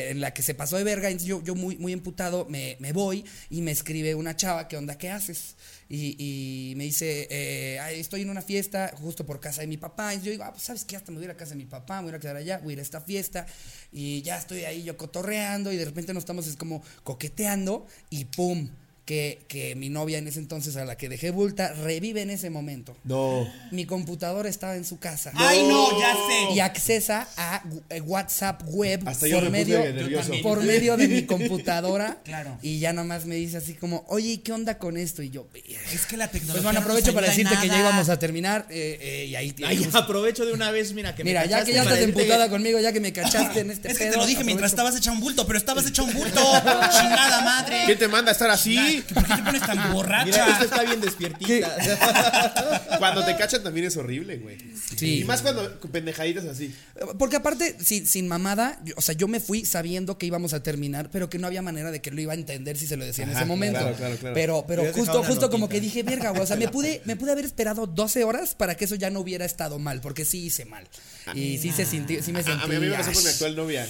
eh, en la que se pasó de verga. Entonces yo, yo muy, muy emputado me, me voy y me escribe una chava, ¿qué onda? ¿Qué haces? Y, y me dice, eh, "Ay, estoy en una fiesta justo por casa de mi papá. Y yo digo, ah, pues sabes que hasta me voy a ir a casa de mi papá, me voy a quedar allá, voy a ir a esta fiesta. Y ya estoy ahí yo cotorreando y de repente nos estamos es como coqueteando y pum, que, que mi novia en ese entonces a la que dejé bulta revive en ese momento.
No.
Mi computadora estaba en su casa
Ay, no, ya sé.
y accesa a gu- eh, WhatsApp web
Hasta yo
por,
me puse
medio,
nervioso.
por medio de mi computadora.
Claro.
Y ya nomás me dice así como, oye, ¿y qué onda con esto? Y yo,
Es que la tecnología.
pues bueno,
no nos
aprovecho para
ayuda en
decirte que ya
nada.
íbamos a terminar. eh, eh, y ahí
Ay,
tienes.
aprovecho de una vez, mira que
Mira,
me
ya que ya
cachaste
estás
para decirte
emputada conmigo, ya que me cachaste en este
Es que
pedo.
te lo dije mientras
aprovecho.
estabas hecha un bulto, pero estabas hecha un bulto. Chingada madre.
¿Quién te manda a estar así?
¿Por qué te pones tan
que- Mira, esta
borracha?
está bien despiertita.
Cuando te cachan también es horrible, güey.
Sí.
Y más cuando con pendejaditas así.
Porque aparte, sin, sin mamada, yo- o sea, yo me fui sabiendo que íbamos a terminar, pero que no había manera de que lo iba a entender si se lo decía en
Ajá,
ese momento.
claro, claro, claro.
Pero, pero
Hubieras
justo,
dejado una
justo como que
notita.
dije, verga, güey. O sea, me pude, me pude haber esperado 12 horas para que eso ya no hubiera estado mal, porque sí hice mal. Y sí se sintió, sí me
A,
sentí.
a mí a mí me pasó con mi
"Ay".
actual novia.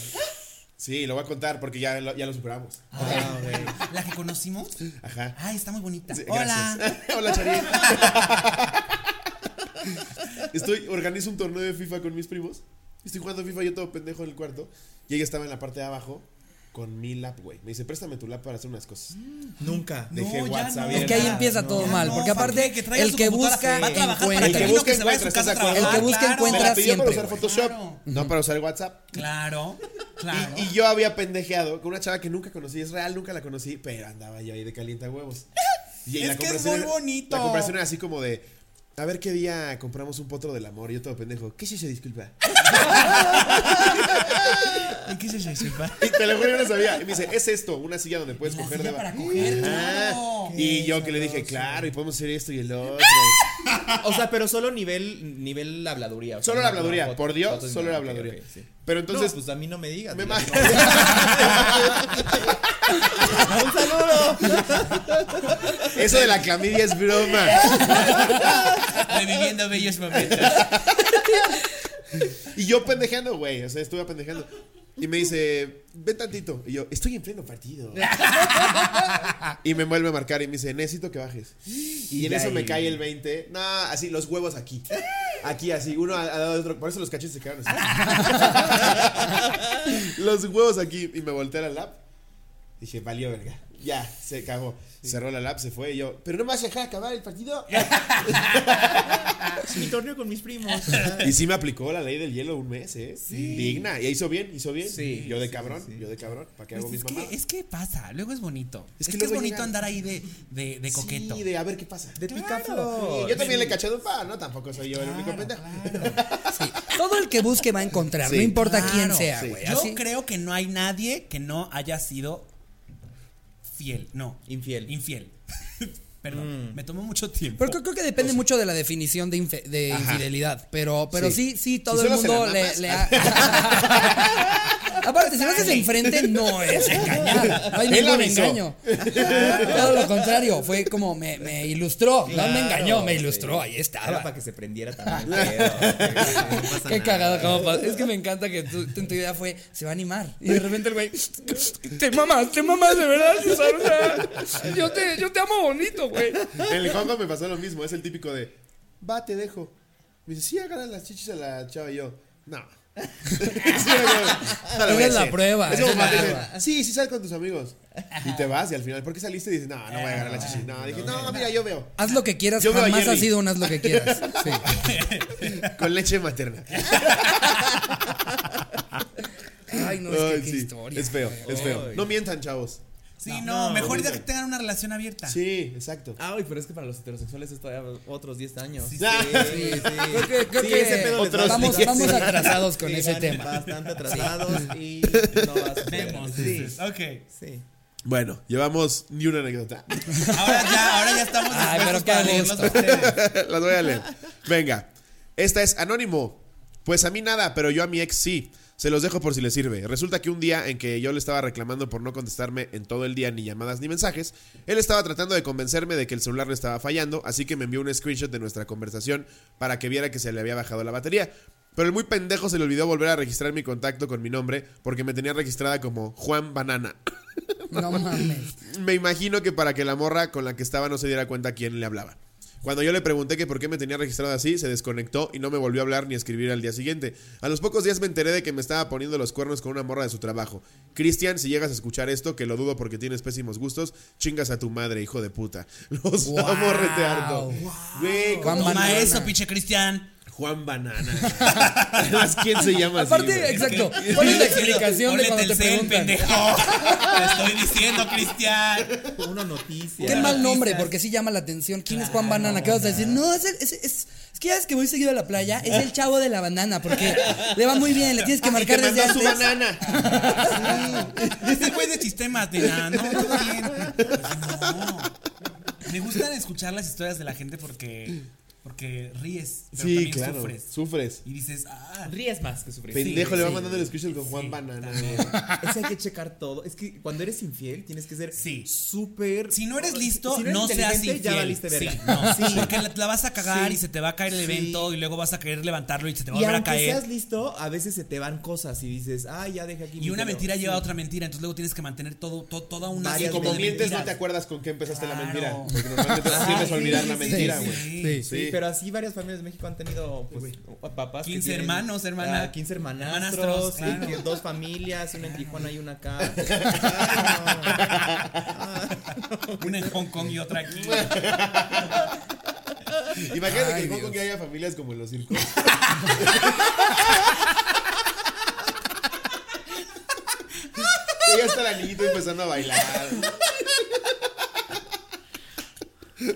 Sí, lo voy a contar porque ya lo, ya lo superamos.
Ah, güey.
La que conocimos.
Ajá.
Ay, está muy bonita.
Sí,
Hola.
gracias. Hola, Charín. Estoy, organizo un torneo de FIFA con mis primos. Estoy jugando FIFA yo todo pendejo en el cuarto. Y ella estaba en la parte de abajo con mi lap, güey. Me dice, préstame tu lap para hacer unas cosas.
Nunca.
No,
Dejé
ya
WhatsApp
no.
Es que ahí
abierta.
empieza
no,
todo
ya
mal,
no,
porque
¿para
aparte
qué? Que traiga
el
su
que busca
computadora, va a trabajar para
El
encuentra.
que
vino
busca
se vaya a su
encuentra,
casa a
¿estás de acuerdo?
El
trabajar,
que busca
claro.
Me
encuentra.
la pidió para usar
siempre,
Photoshop,
Claro.
no para usar WhatsApp.
Claro, claro.
Y, y yo había pendejeado con una chava que nunca conocí, es real, nunca la conocí, pero andaba yo ahí de calienta huevos. Y
Es que es
conversación
muy
era-
bonito.
La comparación era así como de, a ver qué día compramos un potro del amor, y yo todo pendejo, ¿qué se se disculpa?
¿Y qué se sepa?
Y te lo juro, yo no sabía. Y me dice, es esto, una silla donde puedes
La
coger
silla
de
para coger, claro.
Y
Qué
yo que le dije,
sabroso.
claro, y podemos hacer esto y el otro.
O sea, pero solo nivel, nivel habladuría. o sea,
Solo
no,
la
no,
habladuría,
foto-
por
foto
Dios,
de-
solo la
ok,
habladuría.
ok, sí.
Pero entonces,
No, pues a mí no me digas.
me
mira,
ma-
no. ¡Un saludo!
eso de la clamidia es broma.
Reviviendo bellos momentos.
Y yo pendejeando, güey. O sea, estuve pendejando. Y me dice, ven tantito. Y yo, estoy en pleno partido. y me vuelve a marcar y me dice, necesito que bajes. Y en
Ya,
eso me
y-
cae el 20. No, así, los huevos aquí. Aquí, así, uno al al lado del otro. Por eso los cachetes se quedaron así. los huevos aquí. Y me volteé a la lap. Dije, valió verga. Ya, se cagó. Cerró la lap, se fue. Y yo, pero no me vas a dejar acabar el partido.
Es mi torneo con mis primos.
Y sí me aplicó la ley del hielo un mes, ¿eh? Digna. Y hizo bien, hizo bien.
Sí,
yo de
sí,
cabrón,
sí.
yo de cabrón. ¿Para qué hago
Pues
mis
es,
mamás?
que, es que pasa, luego es bonito.
Es
Es
que
que, es
luego
bonito
llega-
andar ahí de, de, de coqueto.
Sí, de a ver qué pasa.
De
Claro.
picaflor.
yo también le caché de un pa, no, tampoco soy yo el único pendejo.
Sí, Todo el que busque va a encontrar,
Sí.
no importa
Claro.
quién sea,
Sí.
güey.
Yo
así.
creo que no hay nadie que no haya sido fiel. No,
Infiel.
infiel.
Mm.
Perdón, me tomó mucho tiempo.
Pero creo, creo que depende mucho de la definición de, infe- de
Ajá.
infidelidad. Pero, pero
Sí.
sí. sí, todo
Si
el
solo se la
mundo le,
mamas.
le ha. Aparte, si lo haces enfrente, no es engañada. No hay
Él
ningún
avisó.
engaño. Todo lo contrario, fue como me, me ilustró. no me engañó, me
sí.
ilustró. Ahí
Era para
estaba.
que se prendiera también. el pedo, que- que no pasa
Qué
nada.
cagado, cómo pasa. Es que me encanta que tú, tu, tu idea fue: se va a animar. Y de repente el güey, te mamas, te mamas de verdad, Susana. Yo te, yo te amo bonito, güey.
En el Congo me pasó lo mismo, es el típico de, va, te dejo. Me dice, sí, agarra las chichis a la chava y yo, no. Sí, era como, "No lo voy
Esa
a
es la
hacer".
prueba,
Es como
esa es la
cuando dicen,
prueba.
sí, sí, sal con tus amigos. Y te vas y al final, ¿por qué saliste? Y dices, no, no voy a agarrar las chichis. No, dije, no, mira, yo veo.
Haz lo que quieras,
Yo veo a
jamás
Jerry.
ha sido un haz lo que quieras. Sí.
Con leche materna.
Ay, no, es que
Ay,
qué
sí,
historia.
es feo, es feo.
Ay.
No mientan, chavos.
sí, no,
no,
mejor
no,
idea
no.
que tengan una relación abierta.
Sí, exacto.
Ah.
Ay, Ah, pero es que para los heterosexuales es todavía otros 10 años.
sí.
sí.
Creo que, creo
Sí,
que
ese pedo les va a
vamos,
explicar.
vamos
Sí.
atrasados con
Sí,
ese
van
tema.
Bastante atrasados y no vas a poder.
Vemos.
Sí.
dices. Ok.
Sí.
Bueno, llevamos ni una anécdota.
Ahora ya, ahora ya estamos
Ay,
dispuestos
pero qué
para leerlos
gusto.
a ustedes.
Las voy a leer. Venga, esta es Anónimo. Pues a mí nada, pero yo a mi ex sí. Se los dejo por si les sirve. Resulta que un día en que yo le estaba reclamando por no contestarme en todo el día ni llamadas ni mensajes, él estaba tratando de convencerme de que el celular le estaba fallando, así que me envió un screenshot de nuestra conversación para que viera que se le había bajado la batería. Pero el muy pendejo se le olvidó volver a registrar mi contacto con mi nombre porque me tenía registrada como Juan Banana.
No mames.
Me imagino que para que la morra con la que estaba no se diera cuenta quién le hablaba. Cuando yo le pregunté que por qué me tenía registrado así, se desconectó y no me volvió a hablar ni a escribir al día siguiente. A los pocos días me enteré de que me estaba poniendo los cuernos con una morra de su trabajo. Cristian, si llegas a escuchar esto, que lo dudo porque tienes pésimos gustos, chingas a tu madre, hijo de puta. Los
Wow.
amo reteando. Güey, ¿cómo-
Juan
Toma
Banana.
eso, pinche Cristian.
Juan Banana. ¿Es ¿Quién se llama así?
Aparte,
güey?
exacto. ¿Cuál es la explicación de
Ponle
cuando te
Telcel,
preguntan?
pendejo. Te estoy diciendo, Cristian.
Una noticia.
Qué mal nombre, porque sí llama la atención. ¿Quién es Juan Banana? ¿Qué vas a decir? No, es, el- es, es- es que ya ves que voy seguido a la playa, es el chavo de la banana, porque le va muy bien, le
Ah,
tienes que
Y te
marcar desde
mandó su
antes.
banana.
Este güey es de sistemas, nena. No, tú bien. No. Me gusta escuchar las historias de la gente porque, porque ríes, pero
Sí,
también
claro.
sufres.
Sufres.
Y dices, ah,
Ríes más que sufrir.
Pendejo, le va
sí.
mandando el screenshot con Juan Banana.
también.
Es que hay que checar todo. Es que cuando eres infiel tienes que ser
Sí.
súper.
Si no eres listo,
Si
no,
eres
seas
inteligente,
infiel.
Ya valiste verga.
Sí, no,
Sí.
Porque la, la vas a cagar
Sí.
y se te va a caer el
Sí.
evento y luego vas a querer levantarlo y se te va a
Y
volver a
aunque
caer.
seas listo, a veces se te van cosas y dices, ah, ya dejé aquí. mi
Y una
pedo".
mentira lleva a
Sí.
otra mentira, entonces luego tienes que mantener todo, to- toda una
Varias
Y
serie
como
de
mientes, no te
mentiras.
acuerdas con qué empezaste la
Claro.
mentira. Porque normalmente
Ajá,
tiendes
sí,
a olvidar
sí,
la
sí,
mentira,
sí,
güey.
Ah,
sí.
Sí.
Sí,
Sí.
pero así varias familias de México han tenido pues, papás. que
15
tienen-
hermanos, hermana.
Ah, 15
Hermanastros,
hermanastros. sí,
claro.
que dos familias, una en Tijuana y una acá. Ah, no. Ah.
Una en Hong Kong y otra aquí.
Imagínate
Ay,
que en Hong
Dios.
Kong haya familias como en los circos. Y ya está el anillito empezando a bailar.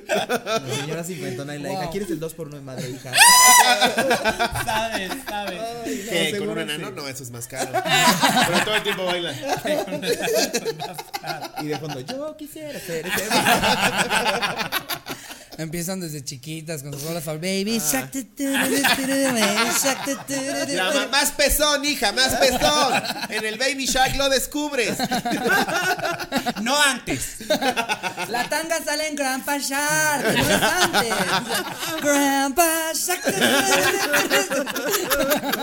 La señora cincuentona y la hija,
Wow.
¿quieres el 2 por 1 en madre, hija?
sabes, sabes.
Ay, no,
¿Qué? ¿Con un
asegúrense.
enano? No, eso es más caro. Pero todo el tiempo baila.
Y de fondo, yo quisiera ser. ese".
Empiezan desde chiquitas con sus rolas favor- Baby shark, tu, tu, ru, tu, ru, baby shark, tu, tu, ru, tu, ru.
más pezón, hija, más pezón. En el Baby Shark lo descubres.
No antes.
La tanga sale en Grandpa Shark. no es antes. Grandpa Shark. tu, tu, ru, tu, ru.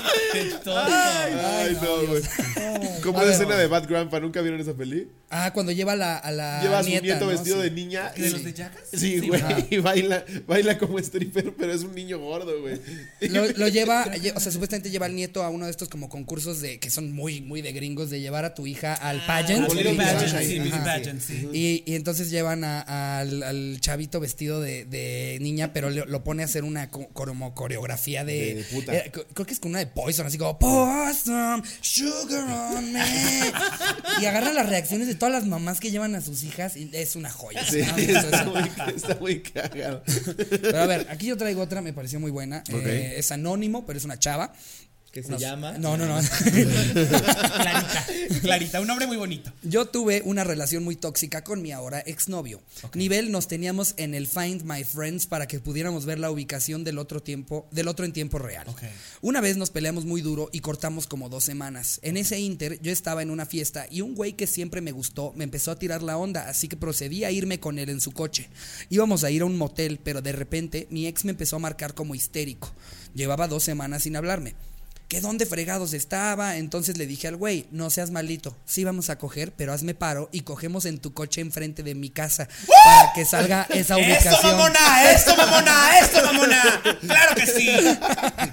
Ah.
de todo.
Ay, no, güey. Como
A
esa
ver,
escena
vamos.
de Bad Grandpa, ¿nunca vieron esa peli?
Ah, cuando lleva la, a la.
Lleva a su
Ah, nieta,
nieto
¿no?
vestido
Sí.
de niña.
¿De
y-
los de Jackass?
Sí, güey. Y baila, baila como stripper, pero es un niño gordo, güey.
Lo, lo lleva, lle- o sea, supuestamente lleva al nieto a uno de estos como concursos de que son muy, muy de gringos, de llevar a tu hija al pageant.
al
Ah, Little
Little
Pageant,
Sunshine.
sí, Little
Ajá.
Pageant, sí.
Y, y entonces llevan a- al, al chavito vestido de, de niña, pero le- lo pone a hacer una co- como coreografía de.
De puta.
eh, co- creo que es con una de Poison, así como Poison, Sugar on me. y agarran las reacciones de todas las mamás que llevan a sus hijas y es una joya.
Sí,
¿no?
está,
Ah, Entonces,
muy, está muy cagado.
pero a ver, aquí yo traigo otra, me pareció muy buena.
Ok.
Eh, es anónimo, pero es una chava.
Que se
Nos-
llama.
No, no, no.
Clarita, Clarita, un hombre muy bonito.
Yo tuve una relación muy tóxica con mi ahora exnovio. Nivel nos teníamos en el Find My Friends para que pudiéramos ver la ubicación del otro tiempo, del otro en tiempo real.
Ok.
Una vez nos peleamos muy duro y cortamos como dos semanas. En ese inter yo estaba en una fiesta y un güey que siempre me gustó me empezó a tirar la onda, así que procedí a irme con él en su coche. Íbamos a ir a un motel, pero de repente mi ex me empezó a marcar como histérico. Llevaba dos semanas sin hablarme que dónde fregados estaba. Entonces le dije al güey, no seas malito, sí vamos a coger, pero hazme paro y cogemos en tu coche enfrente de mi casa para que salga esa ubicación.
¡Eso, mamona! ¡Eso, mamona! ¡Eso, mamona! ¡Claro que sí!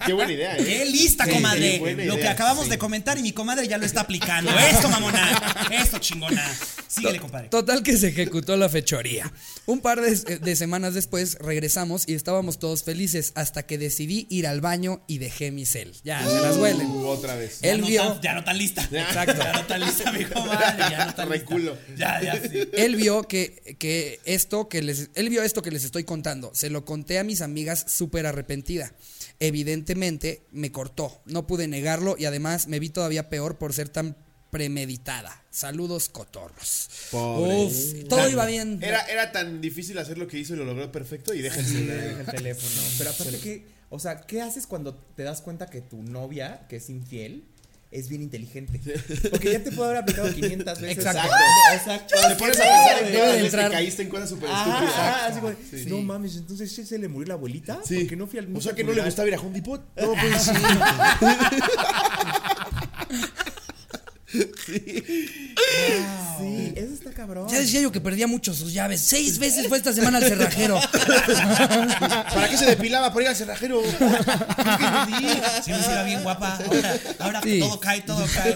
Qué buena idea, ¿eh?
¡Qué lista,
Sí,
comadre!
sí, buena
lo que
idea,
acabamos
sí.
de comentar y mi comadre ya lo está aplicando. ¡Eso, mamona! ¡Eso, chingona! Síguele, compadre.
Total que se ejecutó la fechoría. Un par de, de semanas después regresamos y estábamos todos felices hasta que decidí ir al baño y dejé mi cel. Ya, se las huelen.
Uh, otra vez.
Él
ya, no
vio-
tan, ya no tan lista.
Exacto.
Ya no tan lista, mi comadre. Ya no tan
Reculo.
lista. Ya, ya, sí.
Él vio que, que esto que les él vio esto que les estoy contando. Se lo conté a mis amigas súper arrepentida. Evidentemente me cortó. No pude negarlo y además me vi todavía peor por ser tan premeditada. Saludos cotorros.
Pobre.
Uf, todo iba bien.
Era, era tan difícil hacer lo que hizo y lo logró perfecto y deja el celular.
Deja el teléfono. Pero aparte que, o sea, ¿qué haces cuando te das cuenta que tu novia, que es infiel, es bien inteligente. Porque ya te puedo haber aplicado 500 veces.
Exacto.
Exacto.
Te pones a pensar en
Debe de
todas las veces que
entrar.
caíste en cosas súper
Ajá,
estúpidas.
ajá, así como,
Sí.
No mames, entonces ¿sí se le murió la abuelita.
Sí.
Porque no fui al
O sea que no le
funeral?
gustaba ir a Home Depot. No, pues sí.
Sí, eso está cabrón.
Ya decía yo que perdía mucho sus llaves. Seis veces fue esta semana al cerrajero.
¿Para qué se depilaba? Para ir al cerrajero.
Si me iba bien guapa. Ahora, ahora
Sí.
que todo cae, todo cae.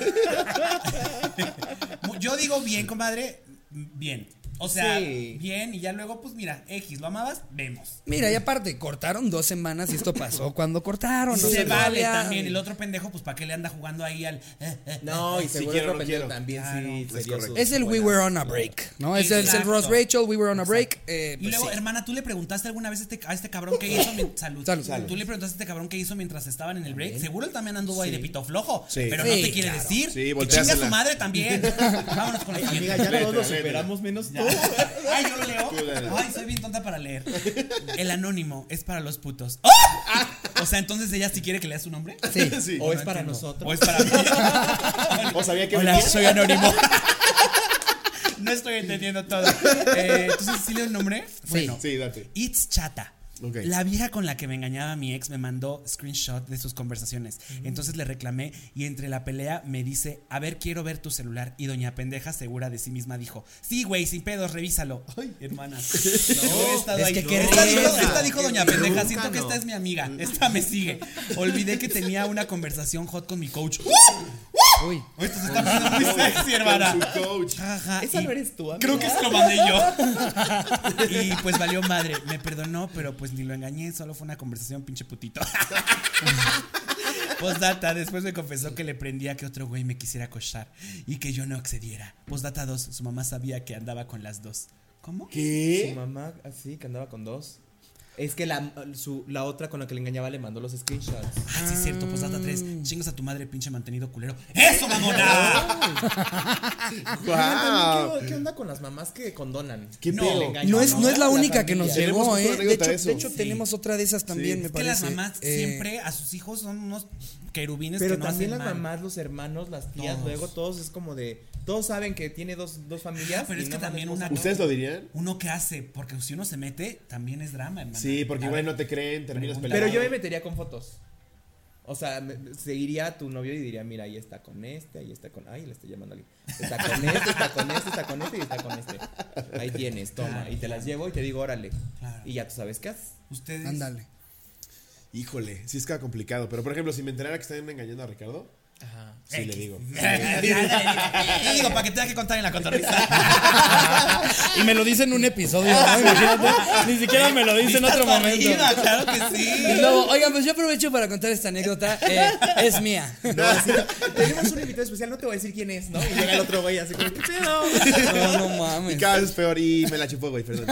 Yo digo bien, comadre, bien. O sea,
Sí.
bien, y ya luego, pues mira, X, ¿lo amabas? Vemos.
Mira, y aparte, cortaron dos semanas y esto pasó cuando cortaron. no
se vale
sabía.
también. El otro pendejo, pues, ¿para qué le anda jugando ahí al. eh, eh,
No, y
Si
seguro
quiero,
otro
no
pendejo
quiero.
también sí
Es
sería
correcto.
su-
Es el We
buena.
Were on a Break, ¿no? Es el, es el
Exacto.
Ross Rachel, We Were on a Break. eh,
y
pues
luego,
sí.
hermana, ¿tú le preguntaste alguna vez a este, a este cabrón que hizo mi- salud,
Salud.
¿Tú le preguntaste a este cabrón que hizo mientras estaban en el break? Seguro él también anduvo ahí de pito flojo.
Sí.
Pero
Sí,
no te quiere
claro.
decir.
Sí,
que chinga
volteásela.
su madre también. Vámonos con la siguiente.
Amiga, ya
Letra,
todos lo
letra.
superamos menos tú.
Ay, yo lo
Tú léelo.
leo. Ay, soy bien tonta para leer. El anónimo es para los putos. O sea, entonces ella sí quiere que lea su nombre.
Sí.
Sí.
O es para
entiendo.
nosotros.
O es para mí.
O sabía que
Hola,
venía.
soy anónimo. No estoy entendiendo todo. Eh, entonces, ¿sí leo el nombre? Bueno,
Sí, date.
It's Chata.
Ok.
La vieja con la que me engañaba mi ex me mandó screenshot de sus conversaciones. Entonces le reclamé y entre la pelea me dice, a ver, quiero ver tu celular. Y doña pendeja segura de sí misma dijo, sí, güey, sin pedos, revísalo. Ay, hermana. No, he estado
es
ahí.
que qué
esta, dijo,
vergüenza.
esta dijo
Qué
doña pendeja,
vergüenza,
siento que
no.
esta es mi amiga. Esta me sigue. Olvidé que tenía una conversación hot con mi coach.
Uy.
Esto se está poniendo muy sexy, hermana.
Con su coach.
Ajá,
Esa
y-
no eres tú, amiga.
Creo que se lo mandé yo. Y pues valió madre. Me perdonó, pero pues ni lo engañé. Solo fue una conversación, pinche putito. Postdata, después me confesó que le prendía que otro güey me quisiera cochar y que yo no accediera. Postdata 2, su mamá sabía que andaba con las dos. ¿Cómo?
Su mamá, así, que andaba con dos. Es que la, su- la otra con la que le engañaba le mandó los screenshots.
Ah, sí, es cierto. Postdata 3, chingas a tu madre, pinche mantenido culero. ¡Eso, mamona!
Oigan,
¡Guau!
Ah, también, ¿qué, qué onda con las mamás que condonan?
¿Qué
No,
pedo?
el engaño,
No es, no es la única que nos
familia.
Tenemos
llegó,
otra
¿eh? De
anécdota
hecho,
de eso.
de hecho
Sí.
tenemos otra de esas también,
Sí.
me
Es que
parece.
las mamás
Eh,
siempre a sus hijos son unos querubines
Pero
que no
también
hacen
las
mal.
mamás, los hermanos, las tías,
Todos.
luego todos es como de. Todos saben que tiene dos, dos familias.
Pero
y
es que
nada más
también
les
una
gusta-
¿Ustedes lo dirían?
Uno que hace, porque si uno se mete, también es drama, hermano.
Sí, porque
A
igual
ver,
no te creen, terminas
Pero
Pero
peleando.
yo me metería con fotos. O sea, me- seguiría a tu novio y diría, mira, ahí está con este, ahí está con... Ay, le estoy llamando a alguien. Está con este, está con este, está con este y está con este. Ahí tienes, toma.
Claro,
Y te las llevo y te digo, órale.
Claro.
Y ya tú sabes qué haces.
Ustedes.
Ándale.
Híjole, sí es que complicado. Pero por ejemplo, si me enterara que están engañando a Ricardo,
Ajá.
sí le digo.
Yo digo, para que tenga que contar en la cotorrisa.
Y me lo dice en un episodio, ¿no? Imagínate, Ni siquiera me lo dice en otro momento.
Arriba, claro que
Y
sí.
luego, oigan, pues yo aprovecho para contar esta anécdota. eh, es mía.
No, así, tenemos un invitado especial, no te voy a decir quién es, ¿no? Y llega el otro güey así como, ¿qué pedo?
No, no
Y
mames.
cada vez es peor y me la chupó, güey, perdón.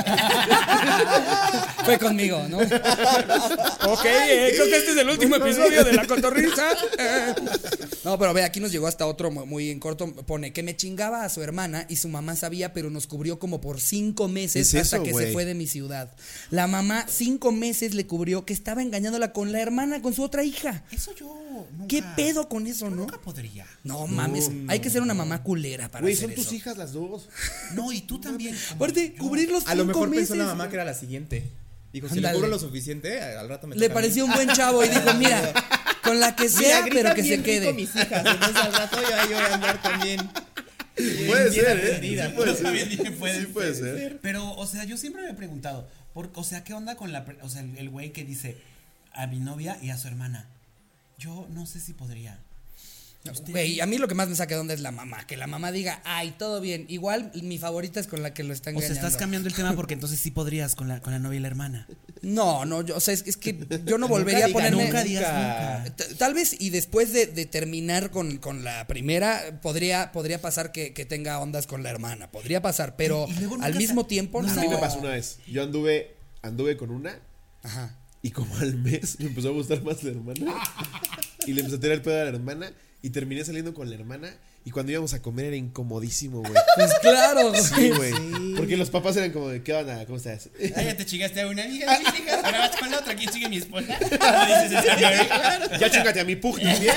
Fue conmigo, ¿no? Ok, creo que este es el último episodio de La Cotorrisa. No, pero ve, aquí nos llegó hasta otro mu- muy en corto. Pone que me chingaba a su hermana y su mamá sabía, pero nos cubrió como por cinco meses
¿Qué es
hasta
eso,
que
güey?
se fue de mi ciudad. La mamá cinco meses le cubrió que estaba engañándola con la hermana, con su otra hija.
Eso yo. Nunca,
¿Qué pedo con eso,
yo
no?
Nunca podría.
No mames, hay que ser una mamá culera para
Güey,
hacer
son tus
eso.
hijas las dos.
No, y tú también.
Aparte,
Yo-
cubrir los
A lo
cinco
mejor pensó
meses.
la mamá que era la siguiente. Dijo, si le
Ándale.
cubro lo suficiente, al rato me
Le
toca a mí".
pareció un buen chavo y dijo, mira, con la que sea,
Mira,
pero
gritan
que se
bien rico
quede.
mis hijas, entonces al rato ya yo voy a andar también.
Puede ser, ¿eh?
atendida.
Sí puede
Yo también dije,
ser.
puede
Sí puede
ser.
ser.
Pero, o sea, yo siempre me he preguntado, por, o sea, ¿qué onda con la, per- o sea, el el güey que dice a mi novia y a su hermana? Yo no sé si podría.
Güey, a mí lo que más me saca de onda es la mamá. Que la mamá diga, ay, todo bien. Igual mi favorita es con la que lo están
O sea,
engañando.
estás cambiando el tema porque entonces sí podrías con la, con la novia y la hermana.
No, no, yo, o sea, es, es que yo no volvería a
diga
ponerme.
Nunca digas nunca.
T- Tal vez y después de, de terminar con, con la primera, podría, podría pasar que, que tenga ondas con la hermana. Podría pasar, pero
Y- y luego nunca
al
sa-
mismo tiempo
no
no.
A mí me pasó una vez. Yo anduve, anduve con una
Ajá.
y como al mes me empezó a gustar más la hermana. Y le empecé a tirar el pedo a la hermana y terminé saliendo con la hermana. Y cuando íbamos a comer era incomodísimo, güey.
Pues claro, güey.
Sí, güey. Porque los papás eran como de, ¿qué onda? ¿Cómo estás?
Ay, ya te chingaste a una amiga, a mis hijas, ahora vas con la otra, ¿quién sigue mi esposa? No dices, "Es mi amiga".
Ya chingate a mi pug también.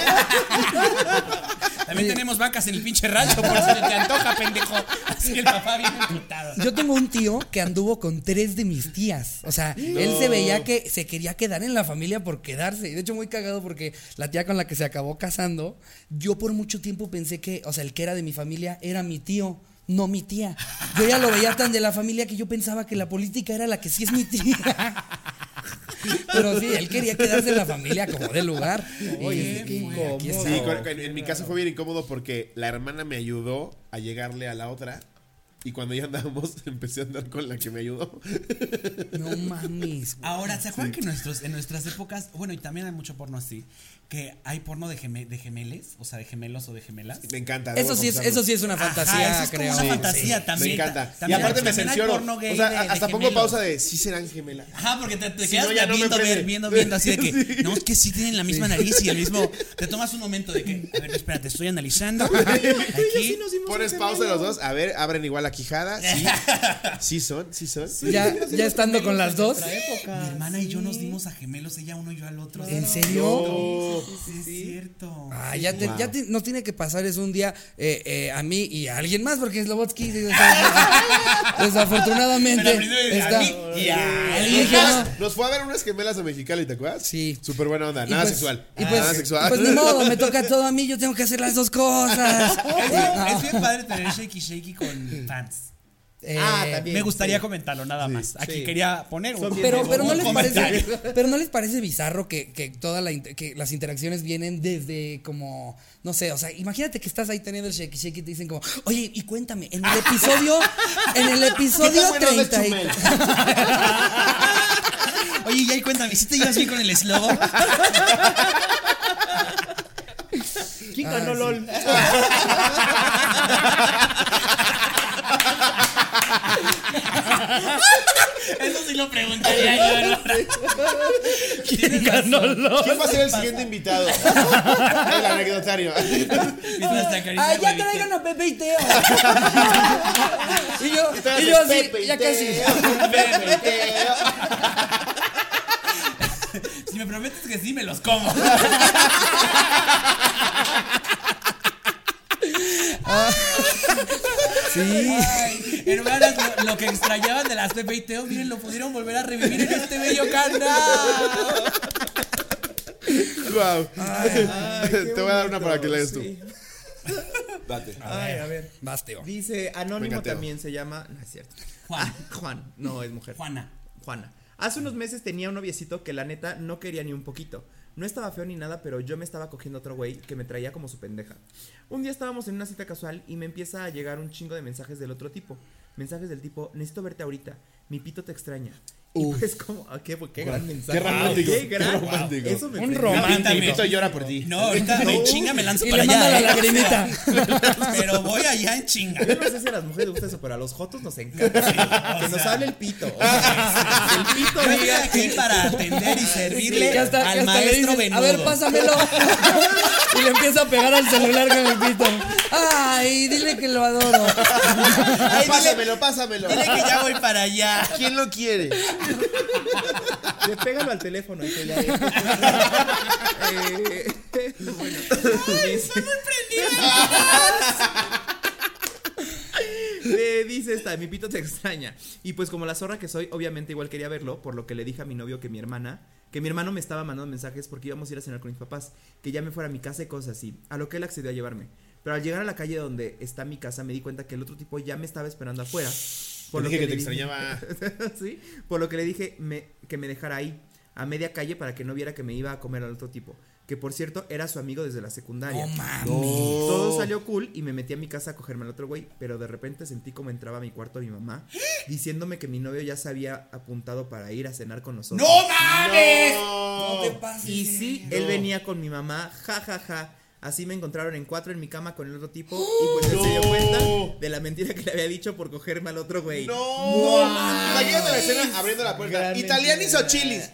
También
Oye.
tenemos vacas en el pinche rancho, por si te antoja, pendejo. Así el papá bien emputado.
Yo tengo un tío que anduvo con tres de mis tías. O sea, él se veía que se quería quedar en la familia por quedarse. Y de hecho, muy cagado porque la tía con la que se acabó casando, yo por mucho tiempo pensé que, o sea, el que era de mi familia era mi tío. No mi tía. Yo ya lo veía tan de la familia que yo pensaba que la política era la que sí es mi tía. Pero sí, él quería quedarse en la familia como de lugar. Y
Oye,
yo dije,
qué
"Mira, aquí
incómodo.
está".
Sí, con- con- en mi caso fue bien incómodo porque la hermana me ayudó a llegarle a la otra. Y cuando ya andábamos, empecé a andar con la que me ayudó.
No mames. güey.
Ahora, ¿se acuerdan que en, nuestros, en nuestras épocas, bueno, y también hay mucho porno así, que hay porno de, geme- de gemeles, o sea, de gemelos o de gemelas?
Me encanta.
Eso sí, es, eso sí es una fantasía,
Ajá, eso es como
creo.
una
Sí.
fantasía también.
Me encanta. Y
También hay-
aparte me
también hay
censuro.
porno
O
gay
sea,
de- de
hasta pongo
gemelos.
pausa de si serán gemelas. Ah,
Ajá, porque te, te
Si
quedas
no, ya no me
viendo, ver-
prende.
viendo, viendo, así de que.
Sí.
No, es que sí tienen la misma nariz y el mismo. Te tomas un momento de que. A ver, espérate, estoy analizando. Aquí.
Pones pausa los dos. A ver, abren igual la quijada. Sí. Sí son, sí son.
Ya, ya estando con las dos.
Mi hermana y yo nos dimos a gemelos, ella uno y yo al otro.
¿En
Sí,
serio?
Sí, es cierto.
Ah, ya, te-
Wow.
ya te- nos tiene que pasar es un día eh, eh, a mí y a alguien más, porque Slobotsky sí, o sea,
Pero al
desafortunadamente
principio dice,
está.
a mí y a
alguien que no.
Nos fue a ver unas gemelas de Mexicali, ¿te acuerdas?
Sí.
Súper buena onda.
Y
Nada
pues-
sexual.
Y pues,
Nada sexual.
y pues ni modo, me toca todo a mí, yo tengo que hacer las dos cosas.
Es, bien-
No,
es
Ah.
bien padre tener shaky shaky con fans.
eh,
Ah, también.
Me gustaría comentarlo nada más. Aquí
sí.
quería poner un,
Son bien
Pero,
Como
pero, no
un
les
comentario.
parece, pero no les parece bizarro que, que toda la inter- que las interacciones vienen desde como, no sé, o sea, imagínate que estás ahí teniendo el shake shake y te dicen como, oye, y cuéntame, en el episodio, en el episodio
tan bueno es
30 y-
Chumel?
Oye, ya y cuéntame, ¿sí te llevas bien con el eslogan?
¿Quién ganó
Ah, sí.
LOL?
Eso sí lo preguntaría yo. ¿no? Tienes razón.
¿Quién va a ser el siguiente invitado? El anecdotario.
Mientras te acaricias
Ah, ya
el huevito.
traigan a Pepe y Teo. y yo,
Entonces,
y yo así,
Pepe y
ya
Teo,
casi.
Pepe y Teo.
Si me prometes que sí, me los como.
Sí.
Ay, hermanas, lo, lo que extrañaban de las Pepe y Teo, miren, lo pudieron volver a revivir en este bello canal.
Guau.
Ay, qué
Te voy a dar una
bonito,
para que lees tú.
sí.
Date.
Ay, a ver.
Vas, Teo.
Dice, anónimo
Venga, Teo.
también se llama. No es cierto. Ah,
Juan.
Juan. No, es mujer.
Juana.
Juana. Hace unos meses tenía un noviecito que la neta no quería ni un poquito. No estaba feo ni nada, pero yo me estaba cogiendo otro güey que me traía como su pendeja. Un día estábamos en una cita casual y me empieza a llegar un chingo de mensajes del otro tipo. Mensajes del tipo, necesito verte ahorita, mi pito te extraña. Y pues como, ah, qué, qué gran mensaje.
Qué romántico,
Qué gran-
qué romántico.
Eso me
Un
prendió.
romántico.
Mi pito llora por ti.
No, ahorita de chinga me lanzo
Y
para
le manda la
allá. ¿eh?
lagrimita.
Pero voy allá en chinga.
Yo no sé si a las mujeres les gusta eso, pero a los jotos nos encanta. que nos hable el pito. O sea, que el pito
Yo estoy
diga
aquí para atender y servirle
Ya está, ya
al
está, le
maestro
dices,
Benudo.
A ver, pásamelo. y le empieza a pegar al celular con el pito. Ay, dile que lo adoro.
Ay, dile,
Pásamelo, pásamelo.
dile que ya voy para allá.
¿Quién lo quiere?
Le pégalo al teléfono. y que ya- Eh, bueno. Dice- Le dice esta, mi pito te extraña. Y pues como la zorra que soy, obviamente igual quería verlo, por lo que le dije a mi novio que mi hermana, que mi hermano me estaba mandando mensajes porque íbamos a ir a cenar con mis papás, que ya me fuera a mi casa y cosas así, a lo que él accedió a llevarme. Pero al llegar a la calle donde está mi casa me di cuenta que el otro tipo ya me estaba esperando afuera.
Te dije que te
le dije-
extrañaba.
sí, por lo que le dije me- que me dejara ahí, a media calle, para que no viera que me iba a comer al otro tipo. Que por cierto, era su amigo desde la secundaria.
No mames.
Todo salió cool y me metí a mi casa a cogerme al otro güey, pero de repente sentí como entraba a mi cuarto mi mamá, diciéndome que mi novio ya se había apuntado para ir a cenar con nosotros.
¡No mames!
No te pases. ¿eh?
Y sí, él venía con mi mamá, ja, ja, ja. Así me encontraron en cuatro en mi cama con el otro tipo y pues él se dio
No.
cuenta de la mentira que le había dicho por cogerme al otro güey.
No. Imagínate la escena abriendo la puerta.
Gran
Italianis o
mentira.
chilis.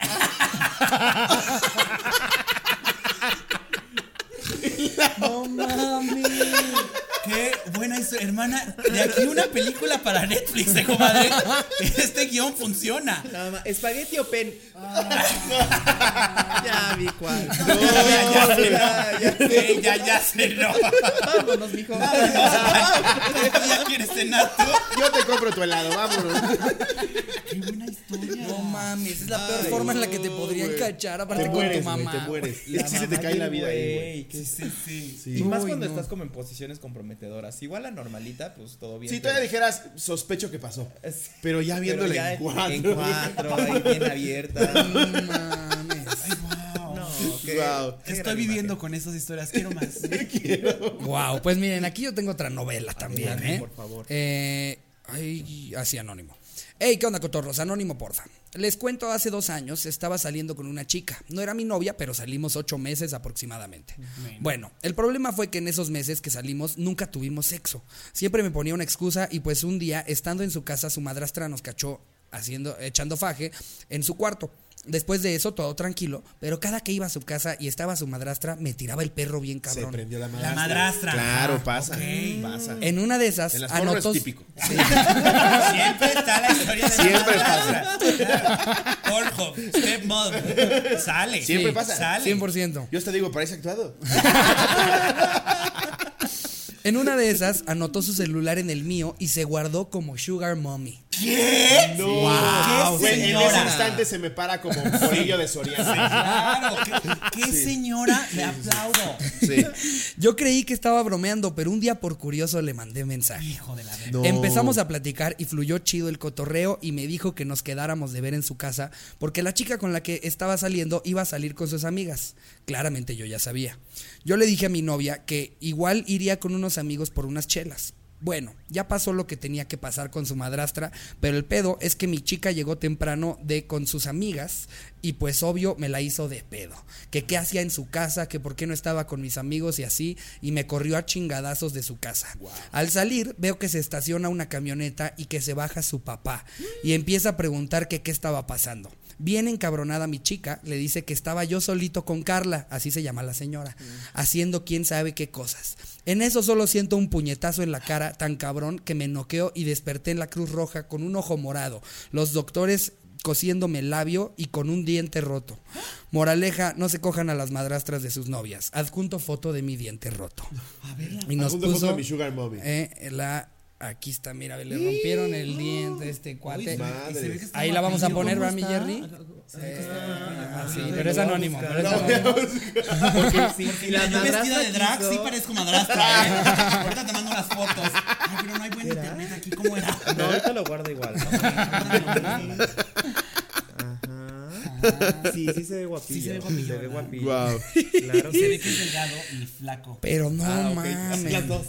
No mames.
Qué buena historia, hermana. De aquí una película para Netflix, eh, comadre. Este guión funciona.
Nada más. Espagueti o pen. ya vi cuál.
ya, ya sé.
ya, ya sé.
Sí, ya, ya se no.
Vámonos, mijo.
¿Ya quieres cenar tú?
Yo te compro tu helado, vámonos.
Qué buena historia.
No mames, es la peor
Ay,
forma en la que te
no,
podrían
güey.
cachar, aparte
Te
con
mueres,
tu
güey,
mamá.
te mueres. Es que se te cae la vida ahí, güey.
qué
Sí, sí, sí.
Y más
Uy,
cuando
no.
estás como en posiciones comprometedoras. Igual la normalita, pues todo bien.
Si todavía
pero-
dijeras, sospecho que pasó.
Es-
Pero ya viéndole
pero ya
en cuatro.
En cuatro, ahí bien abierta.
No Ah. mames.
Ay, wow.
No, qué-
Wow.
qué
Estoy
gran
viviendo
imagen.
con esas historias. Quiero más.
Wow, pues miren, aquí yo tengo otra novela también,
Adelante,
¿eh?
por favor.
Eh, ay, así anónimo. Ey, ¿qué onda, cotorros? Anónimo, porfa. Les cuento, hace dos años estaba saliendo con una chica. No era mi novia, pero salimos ocho meses aproximadamente. Bueno, el problema fue que en esos meses que salimos nunca tuvimos sexo. Siempre me ponía una excusa y pues un día, estando en su casa, su madrastra nos cachó haciendo, echando faje en su cuarto. Después de eso, todo tranquilo, pero cada que iba a su casa y estaba su madrastra, me tiraba el perro bien
Se
cabrón.
prendió la madrastra.
madrastra.
Claro,
Ah,
pasa.
ok.
Pasa.
En una de esas
En las porno
anotó.
es típico.
Siempre está la historia de
Siempre
la madrastra. Pornhub, Stepmom. Sale.
Siempre
Sí,
pasa.
Sale.
100%.
Yo te digo, parece actuado.
En una de esas anotó su celular en el mío y se guardó como Sugar Mommy.
No.
Wow.
Güey, en ese
Ah, señora.
instante se me para como un bolillo de Soriana.
Claro. ¿Qué, qué señora? Le aplaudo.
Sí.
Yo creí que estaba bromeando, pero un día por curioso le mandé mensaje.
Hijo de la verga.
No.
Empezamos a platicar y fluyó chido el cotorreo y me dijo que nos quedáramos de ver en su casa porque la chica con la que estaba saliendo iba a salir con sus amigas. Claramente yo ya sabía. Yo le dije a mi novia que igual iría con unos amigos por unas chelas. Bueno, ya pasó lo que tenía que pasar con su madrastra, pero el pedo es que mi chica llegó temprano de con sus amigas y pues obvio me la hizo de pedo. Que qué hacía en su casa, que por qué no estaba con mis amigos y así, y me corrió a chingadazos de su casa. Al salir veo que se estaciona una camioneta y que se baja su papá y empieza a preguntar que qué estaba pasando. Bien encabronada mi chica, le dice que estaba yo solito con Carla, así se llama la señora, haciendo quién sabe qué cosas. En eso solo siento un puñetazo en la cara tan cabrón que me noqueo y desperté en la Cruz Roja con un ojo morado. Los doctores cosiéndome el labio y con un diente roto. Moraleja, no se cojan a las madrastras de sus novias. Adjunto foto de mi diente roto. Y nos
Adjunto foto
puso,
de mi sugar mommy.
eh, la aquí está, mira, le rompieron el diente a este cuate.
madre.
Y se ve que está
Ahí la vamos a
guapillo.
poner,
¿Cómo
¿verdad, mi
está?
Jerry? Ah, sí, pero es
lo voy a
anónimo,
buscar.
pero es
No,
anónimo.
Porque si- si
Porque
la
mira, yo vestida
madrastra
de drag
quiso-
sí parezco madrastra. ¿eh? Ahorita te mando las fotos. Ay, pero no hay buen internet aquí. ¿Cómo era?
No, ahorita lo guardo igual. ¿no? Ajá. Sí, sí se ve guapillo.
Sí se ve guapillo,
Se ve
¿verdad?
guapillo.
Wow.
Claro.
Se ve que es delgado y flaco.
Pero no
Ah, ok.
mames.
Las dos.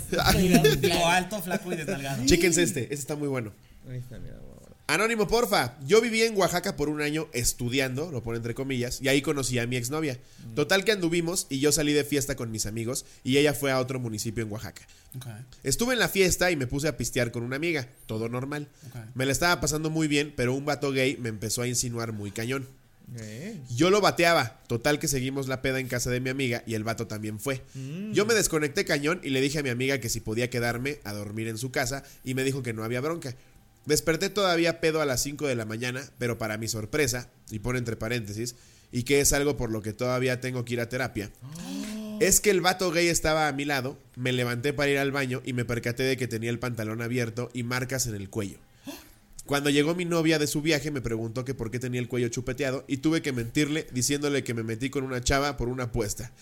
Digo, alto, flaco y desnalgado.
Chéquense este. Este está muy bueno.
Ahí está, mira, guau.
Anónimo, porfa. Yo viví en Oaxaca por un año estudiando, lo pone entre comillas, y ahí conocí a mi exnovia. Total que anduvimos y yo salí de fiesta con mis amigos y ella fue a otro municipio en Oaxaca.
Ok.
Estuve en la fiesta y me puse a pistear con una amiga, todo normal.
Ok.
Me la estaba pasando muy bien, pero un vato gay me empezó a insinuar muy cañón.
Eh.
Yo lo bateaba, total que seguimos la peda en casa de mi amiga y el vato también fue. Yo me desconecté cañón y le dije a mi amiga que si podía quedarme a dormir en su casa y me dijo que no había bronca. Desperté todavía pedo a las 5 de la mañana, pero para mi sorpresa, y pone entre paréntesis, y que es algo por lo que todavía tengo que ir a terapia, es que el vato gay estaba a mi lado, me levanté para ir al baño y me percaté de que tenía el pantalón abierto y marcas en el cuello. Cuando llegó mi novia de su viaje me preguntó que por qué tenía el cuello chupeteado y tuve que mentirle diciéndole que me metí con una chava por una apuesta.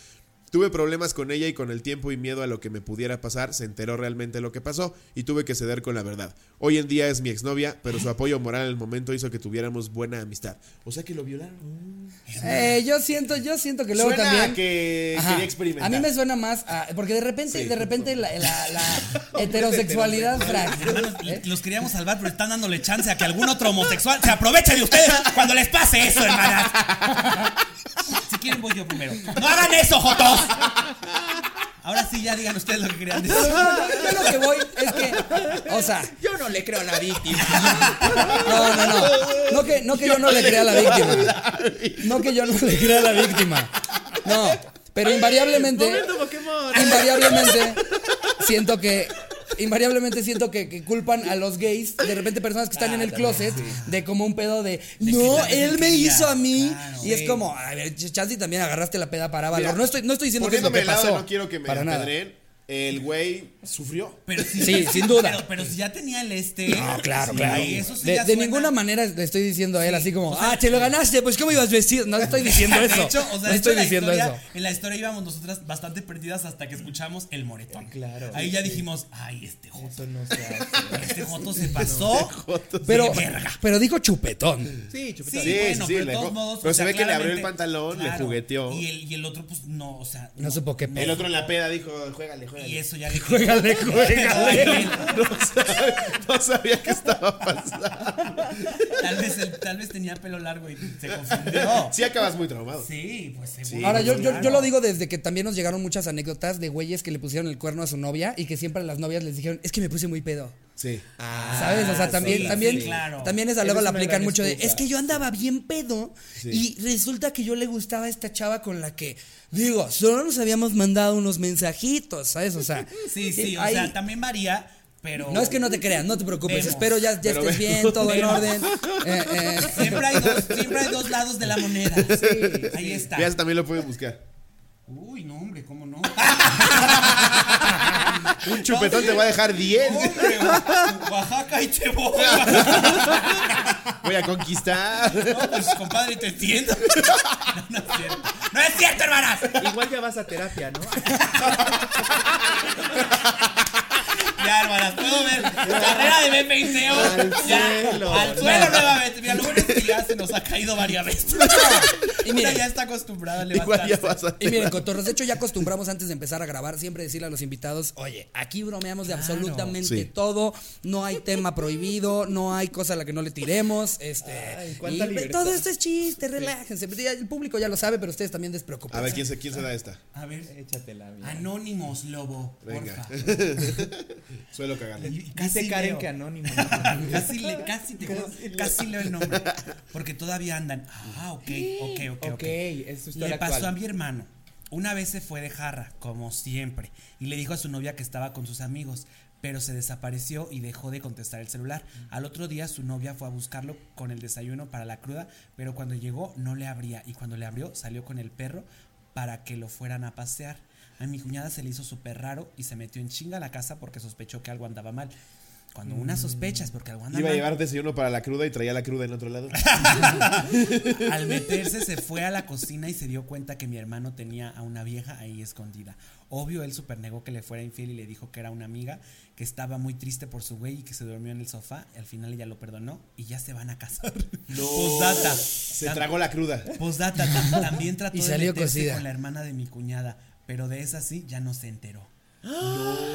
Tuve problemas con ella y con el tiempo y miedo a lo que me pudiera pasar, se enteró realmente lo que pasó y tuve que ceder con la verdad. Hoy en día es mi exnovia, pero su apoyo moral en el momento hizo que tuviéramos buena amistad. O sea que lo violaron.
Eh, yo siento, yo siento que luego
Suena a
también.
que
Ajá.
quería experimentar.
A mí me suena más a- porque de repente, de repente la, la- la heterosexualidad
Hermanos,
frágil. ¿eh?
los queríamos salvar, pero están dándole chance a que algún otro homosexual se aproveche de ustedes cuando les pase eso, hermanas. Si quieren, voy yo primero. ¡No hagan eso, Jotos! Ahora sí, ya digan ustedes lo que querían decir.
Yo lo que voy es que, o sea,
Yo no le creo a la víctima.
No, no, no. No que, no que yo no le crea a la víctima. No que yo no le crea a la víctima. No. Pero invariablemente.
Momento Pokémon.
Invariablemente. siento que. Invariablemente siento que, que culpan a los gays, de repente personas que están
Ah,
en el
también,
closet,
sí.
de como un pedo de,
que
no,
la vez
él
que
me
quería".
hizo a mí.
Claro,
y es
sí.
como, a ver, ch- Chance también agarraste la peda para valor.
Mira,
No estoy, no estoy diciendo que es lo que
Poniéndome del lado de
pasó.
no quiero que me
para nada.
apedreen, el güey sufrió.
Pero sí,
Sí, sin duda.
Pero, pero si ya tenía el este.
No, claro,
sí,
claro.
Eso sí
de
ya
de
suena-
ninguna manera le estoy diciendo a él así como, ah, te lo ganaste, pues ¿cómo ibas vestido? No estoy diciendo
De
eso.
hecho, o sea,
no
de hecho,
estoy
en la
diciendo
historia-
eso.
En la historia íbamos nosotras bastante perdidas hasta que escuchamos el moretón.
Claro.
Ahí ya dijimos, ay, este Joto.
Eso no se hace.
Este Joto se pasó.
Pero,
Sí, verga.
pero dijo chupetón.
Sí,
Sí,
chupetón.
Sí,
bueno,
sí,
pero
le
de todos
jo-
modos.
pero
o
se
sea,
ve que le abrió el
claramente-
pantalón, le jugueteó.
Y el, y el otro, pues no, o sea.
No supo qué
El
pedo.
otro en la peda dijo, juégale,
Y
juégale.
eso ya le quedó.
Juégale,
Ay,
juégale.
No sabía, no sabía qué estaba pasando.
Tal vez, el- tal vez tenía pelo largo y se confundió.
Sí acabas muy traumado.
Sí, pues seguro.
Ahora, yo, yo,
Claro.
yo lo digo desde que también nos llegaron muchas anécdotas de güeyes que le pusieron el cuerno a su novia y que siempre las novias les dijeron, es que me puse muy pedo.
Sí.
Ah,
¿Sabes? O sea,
sí,
también,
sí,
también,
claro.
también esa
Esa
luego
es
la
una
aplican
gran
mucho de,
excusa.
es que yo andaba bien pedo
Sí.
y resulta que yo le gustaba a esta chava con la que, digo, solo nos habíamos mandado unos mensajitos, ¿sabes? O sea,
Sí, sí, o
eh, ahí-
sea, también varía, pero.
No es que no te creas, no te preocupes,
Vemos.
espero ya, ya
Pero
estés
vemos.
bien, todo en
Vemos.
orden. Eh, eh.
Siempre hay, dos, siempre hay dos lados de la moneda. Ahí está.
Ya eso también lo pueden buscar.
Uy, no, hombre, ¿cómo no?
Un chupetón te va a dejar 10.
Hombre, Oa- Oaxaca y Cheboa.
Voy a conquistar.
No, pues compadre, te entiendo. No, no es cierto. No es cierto, hermanas.
Igual ya vas a terapia, ¿no?
Ya, hermanas, puedo ver. Carrera de Pepe y Teo.
Al
Ya,
suelo.
Al suelo nuevamente. Mira, lo bueno es que ya se nos ha caído varias veces.
Y
Y
mira.
mira, ya está acostumbrada a
Igual ya
levantarse.
vas a.
Y miren, cotorros, de hecho ya acostumbramos antes de empezar a grabar siempre decirle a los invitados, oye, aquí bromeamos de absolutamente
Sí.
todo, no hay tema prohibido, no hay cosa a la que no le tiremos, este,
Ay, cuánta
y
libertad.
todo esto es chiste, relájense, Pues ya el público ya lo sabe, pero ustedes también despreocupen.
A ver, ¿quién se, quién se da esta?
A ver,
Échatela,
Ah,
mía.
anónimos, lobo.
Venga.
Porfa.
Suelo cagarle.
Y- y
Dice Karen
leo.
que anónimo.
Casi, le, casi, te juro, casi leo el nombre. Porque todavía andan. Ah, ok, ok, ok.
Ok,
Ok,
es su historia
Le pasó
actual.
a mi hermano. Una vez se fue de jarra, como siempre, y le dijo a su novia que estaba con sus amigos, pero se desapareció y dejó de contestar el celular. Al otro día su novia fue a buscarlo con el desayuno para la cruda, pero cuando llegó no le abría y cuando le abrió salió con el perro para que lo fueran a pasear. A mi cuñada se le hizo súper raro y se metió en chinga a la casa porque sospechó que algo andaba mal. Cuando una sospecha es porque algo anda
Iba a
mal.
llevar desayuno para la cruda y traía la cruda en otro lado.
Al meterse se fue a la cocina y se dio cuenta que mi hermano tenía a una vieja ahí escondida. Obvio, él supernegó que le fuera infiel y le dijo que era una amiga, que estaba muy triste por su güey y que se durmió en el sofá. Al final ella lo perdonó y ya se van a casar. Postdata.
Se
Tam-
tragó la cruda.
Postdata. tam- También trató
Y
de
salió
meterse
cocida.
con la hermana de mi cuñada, pero de esa sí ya no se enteró.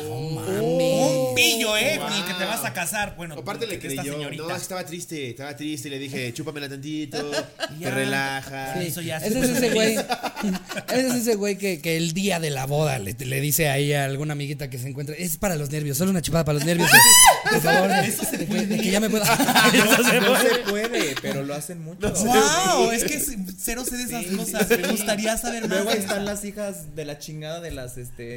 Un pillo, ¿eh? Con el que te vas a casar. Bueno,
Aparte le
pues, que esta
creyó,
señorita.
no, estaba triste, estaba triste y le dije, chúpamela tantito, te
Ya.
relajas.
Sí.
Ese
Eso ya
es
se puede
ese
ver.
güey, ese es ese güey que, que el día de la boda le, le dice ahí a alguna amiguita que se encuentra, es para los nervios, solo una chupada para los nervios, de- por favor, de- de que- de que ya me pueda... Eso se
No
puede.
se puede, pero lo hacen mucho.
¡Wow! Es que c- cero sé de esas
Sí,
cosas.
sí,
Me
sí.
gustaría saber más.
Luego ahí
de
están
esta-
las hijas de la chingada de las este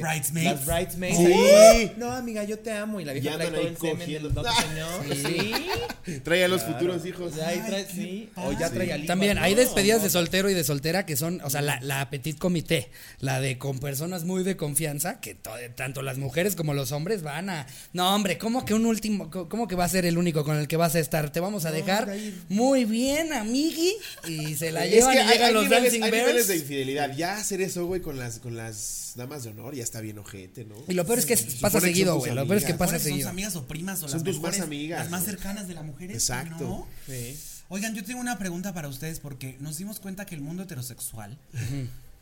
Las
Bridesmaids.
bridesmaids.
Sí.
ahí. No, amiga, yo te amo. Y la
Ya
vieja trae
andan
todo
ahí
el semen
cogiendo.
del otro señor. Sí.
Trae a los futuros hijos.
Ya ahí trae, sí. O ya trae al hijo,
También
¿no?
hay despedidas de
No.
soltero y de soltera que son, o sea, la, la petit comité, la de con personas muy de confianza, que to- tanto las mujeres como los hombres van a, no hombre, ¿cómo que un último, co- cómo que va a ser el único con el que vas a estar? Te vamos a dejar muy bien, amigui, y se la
Es
llevan
que
y
hay,
llegan
hay
los
niveles,
Dancing
hay niveles
Bears.
de infidelidad. Ya hacer eso, güey, con las, con las damas de honor ya está bien ojete, ¿no?
Y lo peor es que
Supone
pasa
que son
seguido,
tus
güey, lo peor es que
amigas.
pasa
¿Cuáles son sus
seguido.
amigas o primas o
Son
las
tus más
mejores,
amigas,
las más
güey.
cercanas de la mujer ¿no?
Exacto.
Sí.
Oigan, yo tengo una pregunta para ustedes porque nos dimos cuenta que el mundo heterosexual,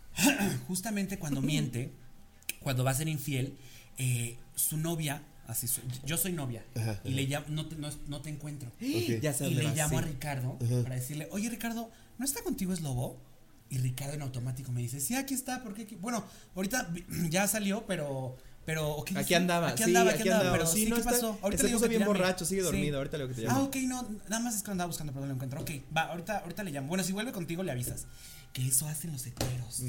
justamente cuando miente, cuando va a ser infiel, eh, su novia, así, su- yo soy novia,
Ajá,
y le llamo, no te, no- no te encuentro.
Ok.
Ya sé
y
dónde
le
vas,
llamo
sí.
a Ricardo para decirle, oye Ricardo, ¿no está contigo es lobo? Y Ricardo en automático me dice, sí, aquí está, porque aquí-". bueno, ahorita vi- ya salió, pero, pero ok,
Aquí
sí,
andaba,
aquí
sí,
andaba,
aquí
aquí andaba,
andaba.
pero
Sí,
sí,
no,
¿qué
está-
pasó?
se
le digo
puso
que
bien
te llame".
borracho, sigue dormido, ahorita le digo que te llame.
Ah, ok, no, nada más es que andaba buscando, perdón, lo encuentro. Ok, va, ahorita, ahorita le llamo. Bueno, si vuelve contigo le avisas. Que eso hacen los heteros.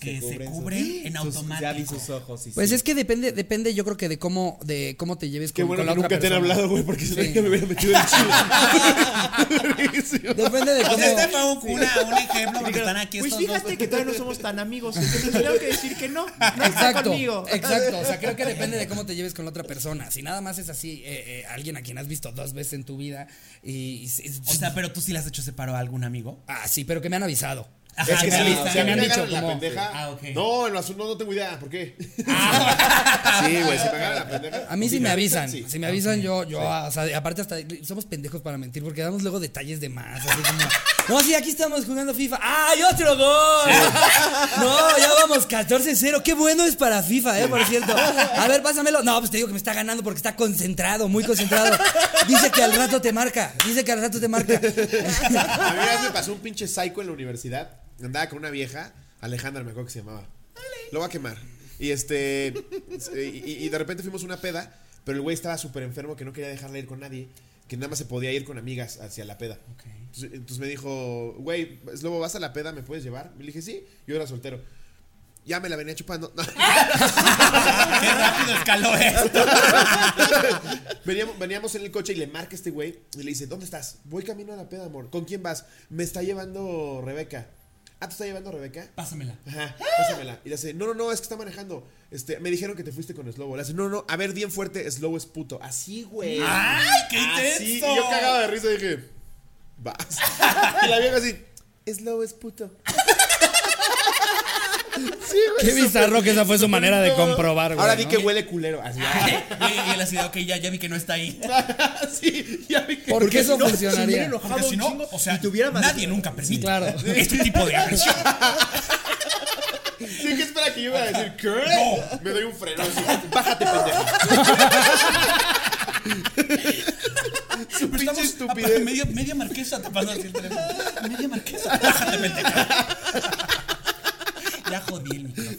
que se cubren,
sus-
en
sus-
automático.
Ya vi sus ojos. y
Pues
sí.
es que depende, depende, yo creo que de cómo, de cómo te lleves
Qué
con,
bueno
con
que
la
nunca
otra
te han
persona.
hablado, güey, porque si no
Sí.
ya me hubiera metido el chido. Buenísimo.
Depende de
O
cómo.
sea, este fue un, una- un ejemplo porque están aquí
Pues
estos
fíjate
dos.
que todavía no somos tan amigos. Entonces tengo que decir que no. No está
Exacto,
conmigo.
exacto. O sea, creo que depende de cómo te lleves con la otra persona. Si nada más es así, eh, eh, alguien a quien has visto dos veces en tu vida y, y-
O sea, pero tú sí le has hecho separó a algún amigo.
ah, sí, pero que me han avisado.
Ajá,
Es que
me
sí,
han
sí,
avisado,
o sea,
sí,
que me
a
han
mí
dicho
agarran la
como-
pendeja.
Ah, ok.
No, en lo azul no, no tengo idea, ¿por qué? sí, güey, si me agarran la pendeja.
Ah. A mí sí me avisan,
Sí.
si me avisan yo, yo, o sea, aparte hasta somos pendejos para mentir porque damos luego detalles de más, así como, no, sí, aquí estamos jugando FIFA, ¡ay, otro gol! No, ya vamos 14-0, qué bueno es para FIFA, eh, por cierto. A ver, pásamelo. No, pues te digo que me está ganando porque está concentrado, muy concentrado. Dice que al rato te marca, dice que al rato te marca.
A mí una vez me pasó un pinche psycho en la universidad. Andaba con una vieja, Alejandra, me acuerdo que se llamaba. Lo va a quemar. Y este. y, y- y de repente fuimos a una peda, pero el güey estaba súper enfermo que no quería dejarla ir con nadie, que nada más se podía ir con amigas hacia la peda. Entonces, entonces me dijo, güey, Slobo, ¿vas a la peda? ¿Me puedes llevar? Le dije, sí, yo era soltero. Ya me la venía chupando.
Qué rápido escaló esto.
veníamos, veníamos en el coche y le marca este güey y le dice, ¿dónde estás? Voy camino a la peda, amor. ¿Con quién vas? Me está llevando Rebeca. Ah, ¿te está llevando Rebeca?
Pásamela.
Ajá, pásamela. Y le hace, no, no, no, es que está manejando. Este, me dijeron que te fuiste con Slobo. Le hace, no, no, a ver, bien fuerte, Slobo es puto. Así, güey.
¡Ay, qué
Así. Y
intenso!
yo cagado de risa dije, vas. Y la vieja así, Slobo es puto. Sí, güey,
Qué
súper-
bizarro que esa fue su manera de
súper-
comprobar, güey,
Ahora di
¿no?
que huele culero. Así. ah.
Y y él así de, ok, ya, ya vi que no está ahí.
sí, ya vi que.
¿Por qué eso
no, si me hubiera
funcionaría?
enojado
Porque si
un
no,
chingo
o sea,
y te hubiera
nadie nunca permite
claro.
este tipo de agresión.
Sí, que espera que yo iba a decir, ¿qué?
No.
Me doy un freno. así, Bájate, pendejo. Su
Pero
pinche
estamos-
estupidez.
Media, media marquesa te pasó así el teléfono. Media marquesa. Bájate, pendeja. Ya jodí el micrófono.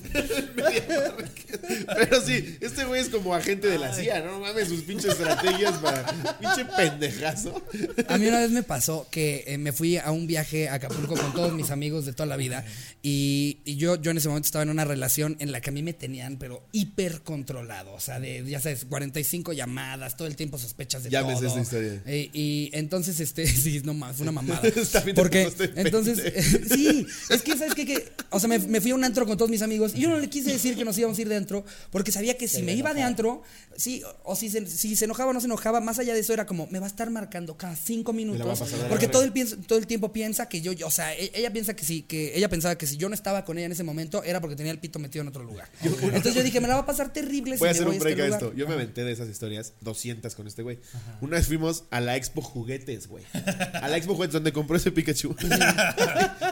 Pero sí, este güey es como agente de la CIA, ¿no? Mames, sus pinches estrategias para. Pinche pendejazo.
A mí una vez me pasó que eh, me fui a un viaje a Acapulco con todos mis amigos de toda la vida y, y yo, yo en ese momento estaba en una relación en la que a mí me tenían pero hiper controlado, o sea, de, ya sabes, 45 llamadas, todo el tiempo sospechas de
Ya me
todo.
sé esa historia.
Eh, y entonces, este, sí, no mames, fue una mamada.
Está bien, te
Porque,
pasaste de
entonces, sí, es que, ¿sabes qué? Que, o sea, me, me fui a un antro con todos mis amigos y yo no le quise decir que nos íbamos a ir de antro porque sabía que si me iba de antro, sí, o- o si se, si se enojaba o no se enojaba, más allá de eso era como, me va a estar marcando cada cinco
la va a
minutos.
pasar de la
Porque
verga.
todo el, pienso- todo el tiempo piensa que yo, yo- o sea, e- ella piensa que sí, que ella pensaba que si yo no estaba con ella en ese momento era porque tenía el pito metido en otro lugar. Entonces yo dije, me la va a pasar terrible si
Voy a
me
hacer
voy
un break
este
a
lugar".
esto. Yo me aventé de esas historias, 200 con este güey. Una vez fuimos a la Expo Juguetes, güey. A la Expo Juguetes, donde compró ese Pikachu.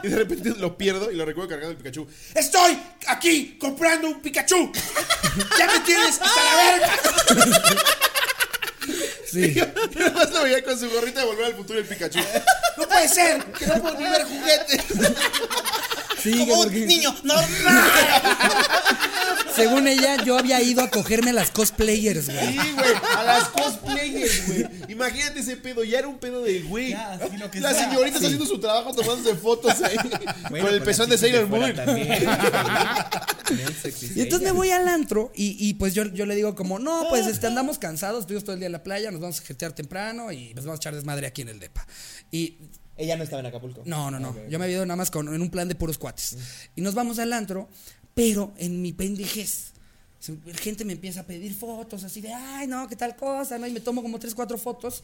y de repente lo pierdo y lo recuerdo cargando el Pikachu. ¡Estoy aquí comprando un Pikachu! ¡Ya me tienes hasta la verga!
Sí.
Yo nada más lo veía con su gorrita de volver al futuro y el Pikachu. ¡No puede ser! ¡Que no puedo ni ver juguetes!
Sí, que
Como un
porque-
niño normal.
Según ella, yo había ido a cogerme a las cosplayers, güey.
Sí, güey, a las cosplayers, güey. Imagínate ese pedo, ya era un pedo de güey.
Ya, así lo que
La
sea.
señorita está haciendo su trabajo tomándose fotos ahí
Bueno,
con el
pero
pezón
así
de
si te
Sailor
fuera
Moon.
también, también sexy
Y entonces me
ella.
voy al antro y, y pues yo, yo le digo como, no, pues este, andamos cansados, estuvimos todo el día en la playa, nos vamos a jetear temprano y nos vamos a echar desmadre aquí en el DEPA. Y
Ella no Mm. estaba en Acapulco.
no, no, no, yo me había ido nada más con, en un plan de puros cuates. Y nos vamos al antro, pero en mi pendejez. se- Gente me empieza a pedir fotos así de, ay, no, qué tal cosa, ¿no? Y me tomo como tres, cuatro fotos.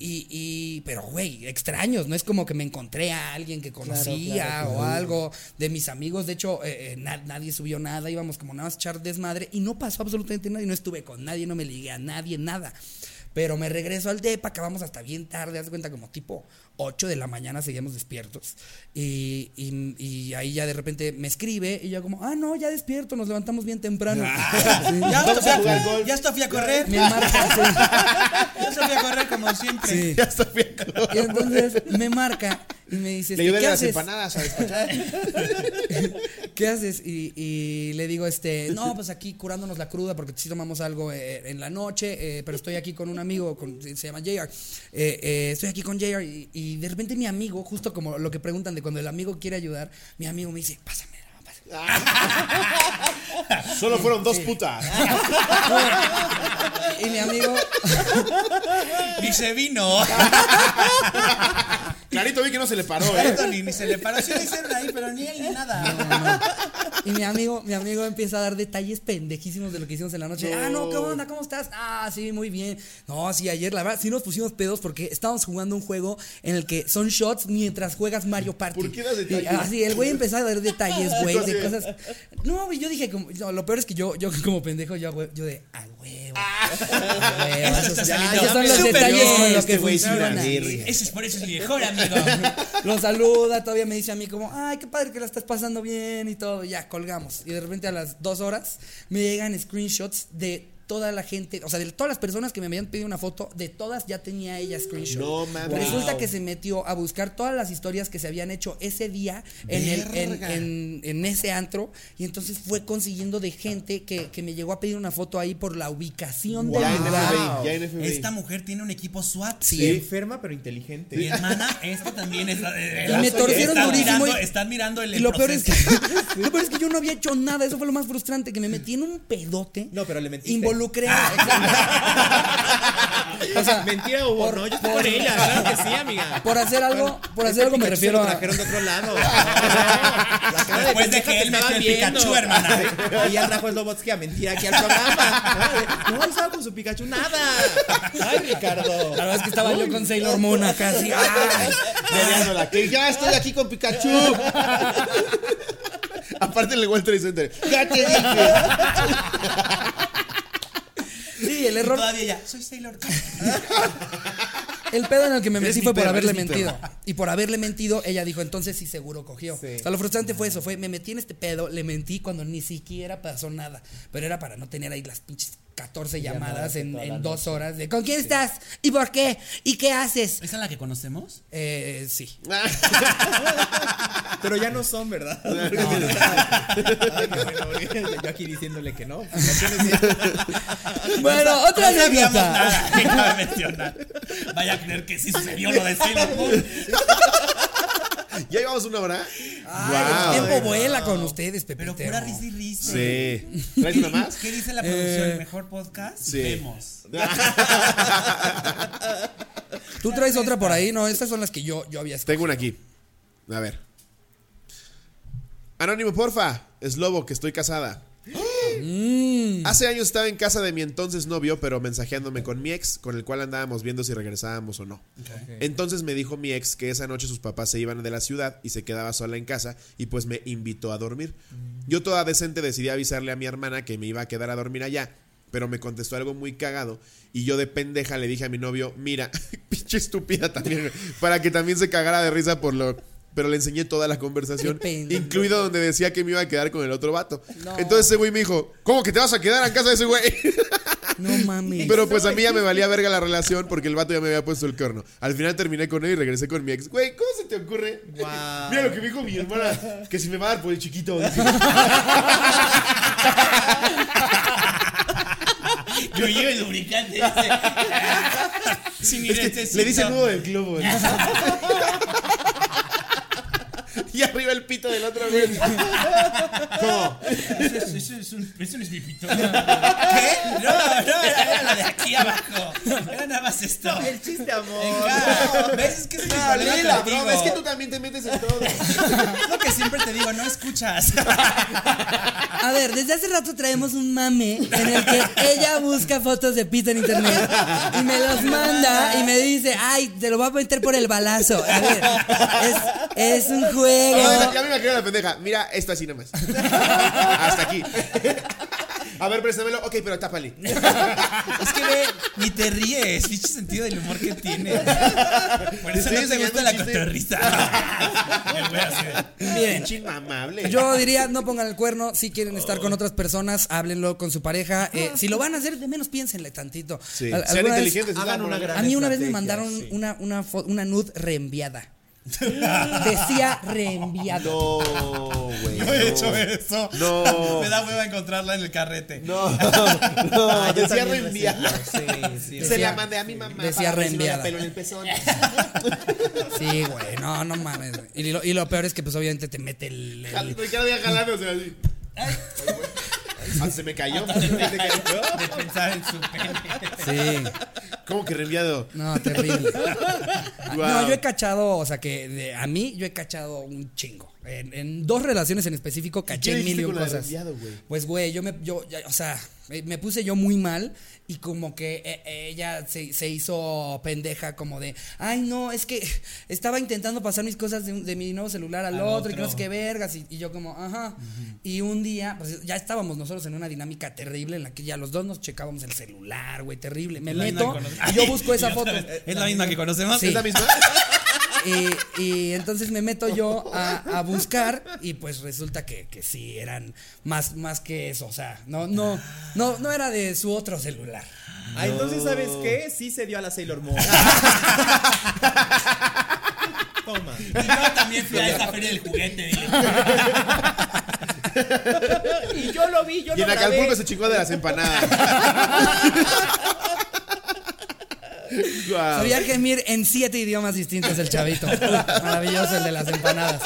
Y, y- pero, güey, extraños, no es como que me encontré a alguien que conocía
claro,
o algo de mis amigos. De hecho, eh, eh, na- nadie subió nada, íbamos como nada más a echar desmadre y no pasó absolutamente nada. Y no estuve con nadie, no me ligué a nadie, nada. Pero me regreso al DEPA, acabamos hasta bien tarde, haz de cuenta como tipo 8 de la mañana seguíamos despiertos. Y, y- y ahí ya de repente me escribe y yo como, ah, no, ya despierto, nos levantamos bien temprano. Sí.
Ya
Vamos
hasta
a
fui a-
jugar golf.
ya hasta fui a correr.
Me marca,
Ya hasta fui a correr como siempre.
sí, sí.
Ya está bien. cabrón.
Y entonces me marca y me dice,
Le
"¿Qué
ayudé a las
haces?"
empanadas a despachar.
¿Qué haces? Y, y le digo, este, no, pues aquí curándonos la cruda porque sí tomamos algo eh, en la noche, eh, pero estoy aquí con un amigo, con- se llama JR. Eh, eh, estoy aquí con JR y, y de repente mi amigo, justo como lo que preguntan de cuando el amigo quiere ayudar, mi amigo me dice, pásame, pásame.
Solo fueron dos putas.
Y mi amigo,
Y se vino.
Clarito vi que no se le paró, ¿eh?
Esto ni, ni se le paró. Sí lo hicieron ahí, pero ni él ni nada.
y mi amigo, mi amigo empieza a dar detalles pendejísimos de lo que hicimos en la noche. Ah, no, ¿qué onda? ¿Cómo estás? Ah, sí, muy bien. No, sí, ayer, la verdad, sí nos pusimos pedos porque estábamos jugando un juego en el que son shots mientras juegas Mario Party.
¿Por qué das detalles?
Y así, el güey empezó a dar detalles, güey,
Así
de
de-
cosas. No, güey, yo dije, como- no, lo peor es que yo, yo como pendejo, yo, güey, yo de, ah, huevo. Ah, huevo,
Eso
esos- ya,
está saliendo
esos son los
súper
detalles
bien,
con los
este
que
güey sí era
funcionan.
verga.
Eso es por eso es mi mejor amigo.
Lo saluda, todavía me dice a mí como, ay, qué padre que la estás pasando bien y todo, ya, colgamos. Y de repente a las dos horas me llegan screenshots de toda la gente, o sea, de todas las personas que me habían pedido una foto, de todas ya tenía ella screenshots.
No mames.
Resulta que se metió a buscar todas las historias que se habían hecho ese día en, el, en,
Verga.
en- en ese antro y entonces fue consiguiendo de gente que, que me llegó a pedir una foto ahí por la ubicación del
Ya en
lugar.
FBI, ya en FBI.
Esta mujer tiene un equipo SWAT.
Sí.
Enferma pero inteligente.
Mi hermana, esta también es la de.
Y me torcieron
están
durísimo.
Mirando,
y-
están mirando el.
y
el
lo peor, es que,
proceso.
lo peor es que yo no había hecho nada. Eso fue lo más frustrante, que me metí en un pedote.
No, pero le mentiste. Ah.
Involucré a- exacto. O sea,
Mentira hubo,
por-
¿no? Yo estoy con ella, claro que sí, amiga.
por hacer algo, por hacer
Ese
algo me
Pikachu se
refiero
lo
a...
trajeron de otro lado. La cara
Después de
pendeja
que él
estaba
metió el
viendo.
Pikachu, hermana.
Y ya trajo el Dobotsky a mentir aquí al programa. No, él estaba con su Pikachu, nada. Ay, Ricardo.
La verdad es que estaba yo con Sailor Moon acá así. ¡ah!
Mediándola, que ya estoy aquí con Pikachu. Aparte en el World Trade Center. Ya te dije.
Sí, el
Y
error,
Todavía ya. Soy Sailor.
el pedo en el que me
Eres
metí
mi
fue por
perro,
haberle
eres mi
mentido. Y por haberle mentido, ella dijo, entonces sí seguro cogió.
Sí.
O sea, lo frustrante fue eso, fue me metí en este pedo, le mentí cuando ni siquiera pasó nada. Pero era para no tener ahí las pinches 14 llamadas,
de
en,
toda
en
la
dos horas de ¿con quién estás? ¿Y por qué? ¿Y qué haces?
¿Esa es la que conocemos?
Eh, sí.
Pero ya no son, ¿verdad? Ay, qué bueno, porque yo aquí diciéndole que no.
Bueno, otra
no sabíamos
anécdota.
nada que cabe mencionar. Vaya a creer que sí sucedió lo de Sailor Moon.
ya llevamos una hora.
Ay, el
Wow.
tiempo vuela con ustedes, Pepito.
Pero pura risa y risa.
Sí. ¿Traes una más?
¿Qué dice la producción?
Eh,
¿Mejor podcast?
sí.
Vemos.
Tú traes otra por ahí, no, estas son las que yo, yo había escrito.
Tengo una aquí. A ver. Anónimo, porfa. Es lobo, que estoy casada. Hace años estaba en casa de mi entonces novio, pero mensajeándome con mi ex, con el cual andábamos viendo si regresábamos o no. Entonces me dijo mi ex que esa noche sus papás se iban de la ciudad y se quedaba sola en casa y pues me invitó a dormir. Yo toda decente decidí avisarle a mi hermana que me iba a quedar a dormir allá, pero me contestó algo muy cagado y yo de pendeja le dije a mi novio, mira, pinche estúpida también, güey", para que también se cagara de risa por lo... Pero le enseñé toda la conversación,
Qué pendejo.
incluido donde decía que me iba a quedar con el otro vato.
No.
Entonces ese güey me dijo, ¿cómo que te vas a quedar en casa de ese güey?
No mames.
Pero pues a mí ya me valía verga la relación porque el vato ya me había puesto el corno. Al final terminé con él y regresé con mi ex. Güey, ¿cómo se te ocurre?
Guau.
Mira lo que me dijo mi hermana, que si me va a dar por el chiquito.
Yo llevo el lubricante. dice. Sin ir
Es que
necesito.
le dice nudo del globo. ¿no? y arriba el pito del otro güey. "Ah, ¿Cómo?
Ah, Eso es, eso es un, eso no es mi pito. ¿Qué? No, no, era, era la de aquí abajo. Era nada más esto.
El chiste, amor.
Venga, ¿Ves? Es que ese es mi
Dale
problema
la
contigo.
broma, es que tú también te metes en todo.
Es lo que siempre te digo, no escuchas.
A ver, desde hace rato traemos un mame en el que ella busca fotos de pito en internet y me los manda y me dice, ay, te lo voy a meter por el balazo. A ver, es, es un juego.
Ya me imagino la pendeja. Mira, esta así nomás. Hasta aquí. A ver, préstamelo. Ok, pero tápale.
Es que ve, ni te ríes, pinche sentido del humor que tiene. Por eso
Te estoy
no te
enseñando
gusta
un
la
chiste.
cotorrisa. Me voy a hacer.
Miren,
Pinche inmamable.
Yo diría, no pongan el cuerno. Si quieren estar con otras personas, háblenlo con su pareja. Eh, si lo van a hacer, de menos piénsenle tantito.
Sí,
Al-
sean
alguna vez-
inteligentes. es la
Hagan una
moral.
gran
a mí una vez me
estrategia,
mandaron
sí.
una, una, fo- una nud reenviada. Decía reenviado.
No, güey.
Yo he hecho eso.
No.
Me da hueva encontrarla en el carrete.
No, no,
Ah, yo
decía
también
reenviar.
recibo, sí, sí.
Se la mandé a mi mamá.
Decía
para ver si no
reenviada.
la pelo en el pezón.
Sí, güey, no, no mames. güey. Y lo, y lo peor es que, pues, obviamente te mete el. el-
Me quedé día jalándose así. Ah, se me cayó.
De pensar en su pene.
Sí,
¿Cómo que reenviado?
no, terrible.
Guau.
No, yo he cachado, o sea, que de- a mí yo he cachado un chingo. En, en dos relaciones en específico
¿Qué
caché mil
dijiste
y un
con la de
cosas.
reenviado, güey?
Pues, güey, yo me, yo, ya, o sea, me, me puse yo muy mal y como que eh, ella se, se hizo pendeja, como de, ay, no, es que estaba intentando pasar mis cosas de, un- de mi nuevo celular al,
Al
otro, y que no
otro.
sé qué vergas, y, y yo como, ajá. Y un día, pues ya estábamos nosotros en una dinámica terrible en la que ya los dos nos checábamos el celular, güey, terrible. Me
La misma
meto
que conoce-
y yo busco
Y
esa foto.
otra vez, Es la misma que conocemos.
Sí.
¿Es la misma?
Y, y entonces me meto yo a, a buscar y pues resulta que, que sí, eran más, más que eso. O sea, no, no, no, no era de su otro celular.
Ah, entonces, ¿sabes qué? Sí se dio a la Sailor Moon. Toma.
Y yo también fui a esa feria del juguete. dile.
Y yo lo vi, yo
Y
lo
en
grabé.
Acapulco se chingó de las empanadas. Guau.
Sabía gemir en siete idiomas distintos el chavito. Maravilloso el de las empanadas.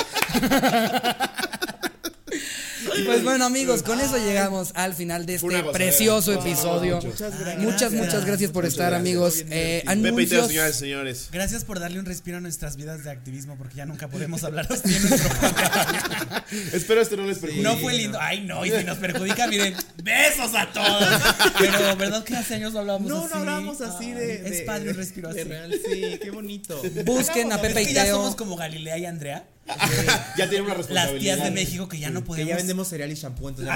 Y Pues bueno amigos, con eso llegamos al final de
Fue una
este
gozadera.
precioso episodio. Muchas gracias. Muchas, gracias por estar amigos. Eh,
Pepe y Teo,
anuncios.
señoras y señores.
Gracias por darle un respiro a nuestras vidas de activismo porque ya nunca podemos hablar así en nuestro programa.
Espero esto no les preocupe.
No fue lindo. Ay, no, y si nos perjudica, miren, besos a todos. Pero, ¿verdad que hace años no hablamos
No,
así?
no hablamos así
Ay,
de.
Es
de-
padre un respiro
de
así.
real, sí, qué bonito.
Busquen a
Es
Pepe
que
y
ya
Teo.
somos como Galilea y Andrea,
Ya tiene una
las
responsabilidad.
tías de México que ya no
Que
podemos.
ya vendemos cereal y shampoo, entonces.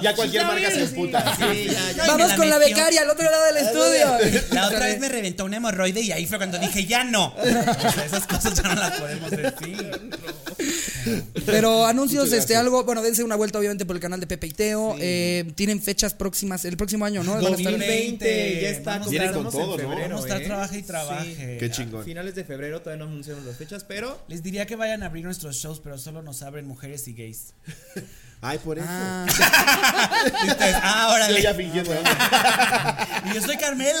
Ya cualquier marca se emputa.
Sí, ya, ya.
Ay, me
Vamos
la
con la
metió.
becaria al otro lado del estudio.
La otra vez me reventó un hemorroide y ahí fue cuando dije, ya no. O sea, esas cosas ya no las podemos decir.
Pero anuncios, este algo, bueno, dense una vuelta obviamente por el canal de Pepe y Teo. Eh, tienen fechas próximas, el próximo año, ¿no? Van a estar-
2020, ya está.
Vamos
a estar- Viene
comenzamos
con
en
todo, ¿no?
febrero,
Vamos a estar
¿eh?
trabaje y
Sí.
trabaje.
Qué chingón.
Finales de febrero todavía no anunciamos las fechas, pero
Les diría que vayan a abrir nuestros shows, pero solo nos abren mujeres y gays.
Ay, por eso.
Ah,
Y ustedes, ah,
Yo ya
órale.
fingiendo.
Y yo soy Carmel.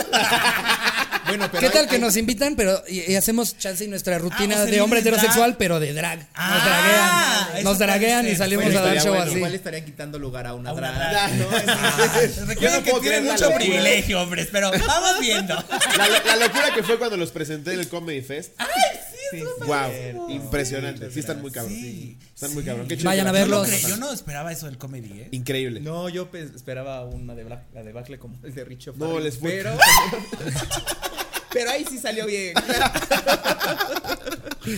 bueno, pero
¿Qué
hay-
tal que
hay-
nos invitan? Pero y, y hacemos chance y nuestra rutina
o sea,
de hombre
vienen drag.
heterosexual, pero de drag. nos
Ah,
draguean.
eso
Nos draguean
puede
y
ser.
salimos
Bueno,
a dar
estaría
show
bueno.
así.
igual estarían quitando lugar a una
A una
drag.
drag.
¿no?
Recuerden
Yo
que
no puedo
tienen
creer la
mucho
locura.
privilegio, hombres, pero vamos viendo.
La, lo- la locura que fue cuando los presenté en el Comedy Fest. ¡Ay, sí! wow, impresionante. Sí, están muy cabrón.
Sí,
están
sí.
muy cabrón. Qué
Vayan
chido.
a verlos.
Yo no cre- Yo no esperaba eso del comedy, ¿eh?
Increíble.
No, yo pues, esperaba una de Black, la de Bacle como el de Richo.
No,
Farrell,
les fue-
Pero, pero ahí sí salió bien.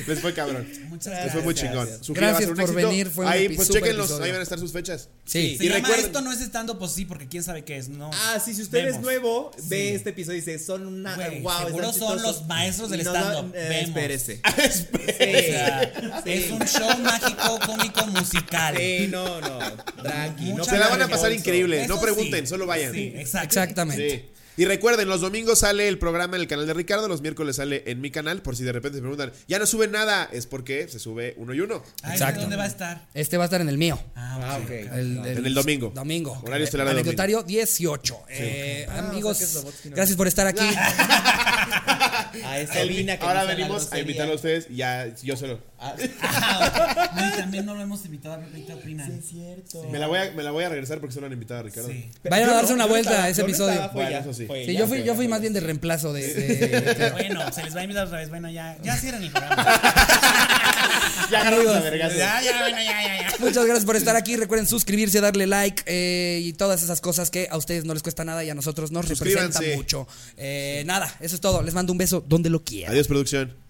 Les fue cabrón.
Muchas
Les
gracias.
fue muy chingón. Su gira
Gracias
va a ser un
por
éxito.
venir, fue un
Ahí,
epi-
pues
súper
chequenlos.
episodio.
Ahí van a estar sus fechas.
Sí.
Se
Y
llama
recuerden-
esto no es estando pues sí, porque quién sabe qué es, no.
Ah, sí, si usted es
Vemos.
nuevo, ve
Sí.
este episodio y dice, son una.
Güey,
wow,
seguro
están
son
chistosos.
los maestros del
No,
stand-up.
no, eh,
Vemos.
espérese.
O sea,
Sí.
Es un show mágico, cómico, musical.
Sí, no, no. Tranqui. no
Muchas
Se la van a
pierdan
pasar
el
increíble.
Eso
no pregunten,
sí.
solo vayan.
Sí, exacto.
Exactamente.
Sí. Y recuerden, los domingos sale el programa en el canal de Ricardo, los miércoles sale en mi canal, por si de repente se preguntan, ya no sube nada, es porque se sube uno y uno.
Ay,
Exacto.
¿Dónde va a estar?
Este va a estar en el mío.
Ah,
Ah, ok.
ok.
El,
En el domingo.
Domingo.
Horario estelar de
Anecdotario 18. Eh,
o
amigos,
sea que es Slobotsky, no.
gracias por estar aquí.
A esa vina que
Ahora
dice la
venimos a
grosería.
invitarlo a ustedes, ya yo solo.
Ah,
Ah, ok. Y también no lo hemos invitado a Pepe y Opina.
sí, es cierto.
Me la voy a, me la voy a regresar porque solo han invitado a Ricardo.
Sí.
Vayan a
Yo
darse
no,
una
yo no
vuelta
estaba,
a ese
yo no
episodio.
estaba, fue
Bueno,
ya,
eso sí.
fue
Sí,
ya,
yo
fue
fui, yo
ya,
fui
fue
más
ya.
bien de reemplazo de- de
Bueno, se les va a invitar otra vez. Bueno, ya, ya cierren el programa.
Ya agarramos la vergazo.
ya, ya, bueno, ya, ya, ya.
Muchas gracias por estar aquí. Recuerden suscribirse, darle like eh, y todas esas cosas que a ustedes no les cuesta nada y a nosotros nos representa
Suscríbanse.
mucho. Eh, nada, eso es todo. Les mando un beso donde lo quieran.
Adiós, producción.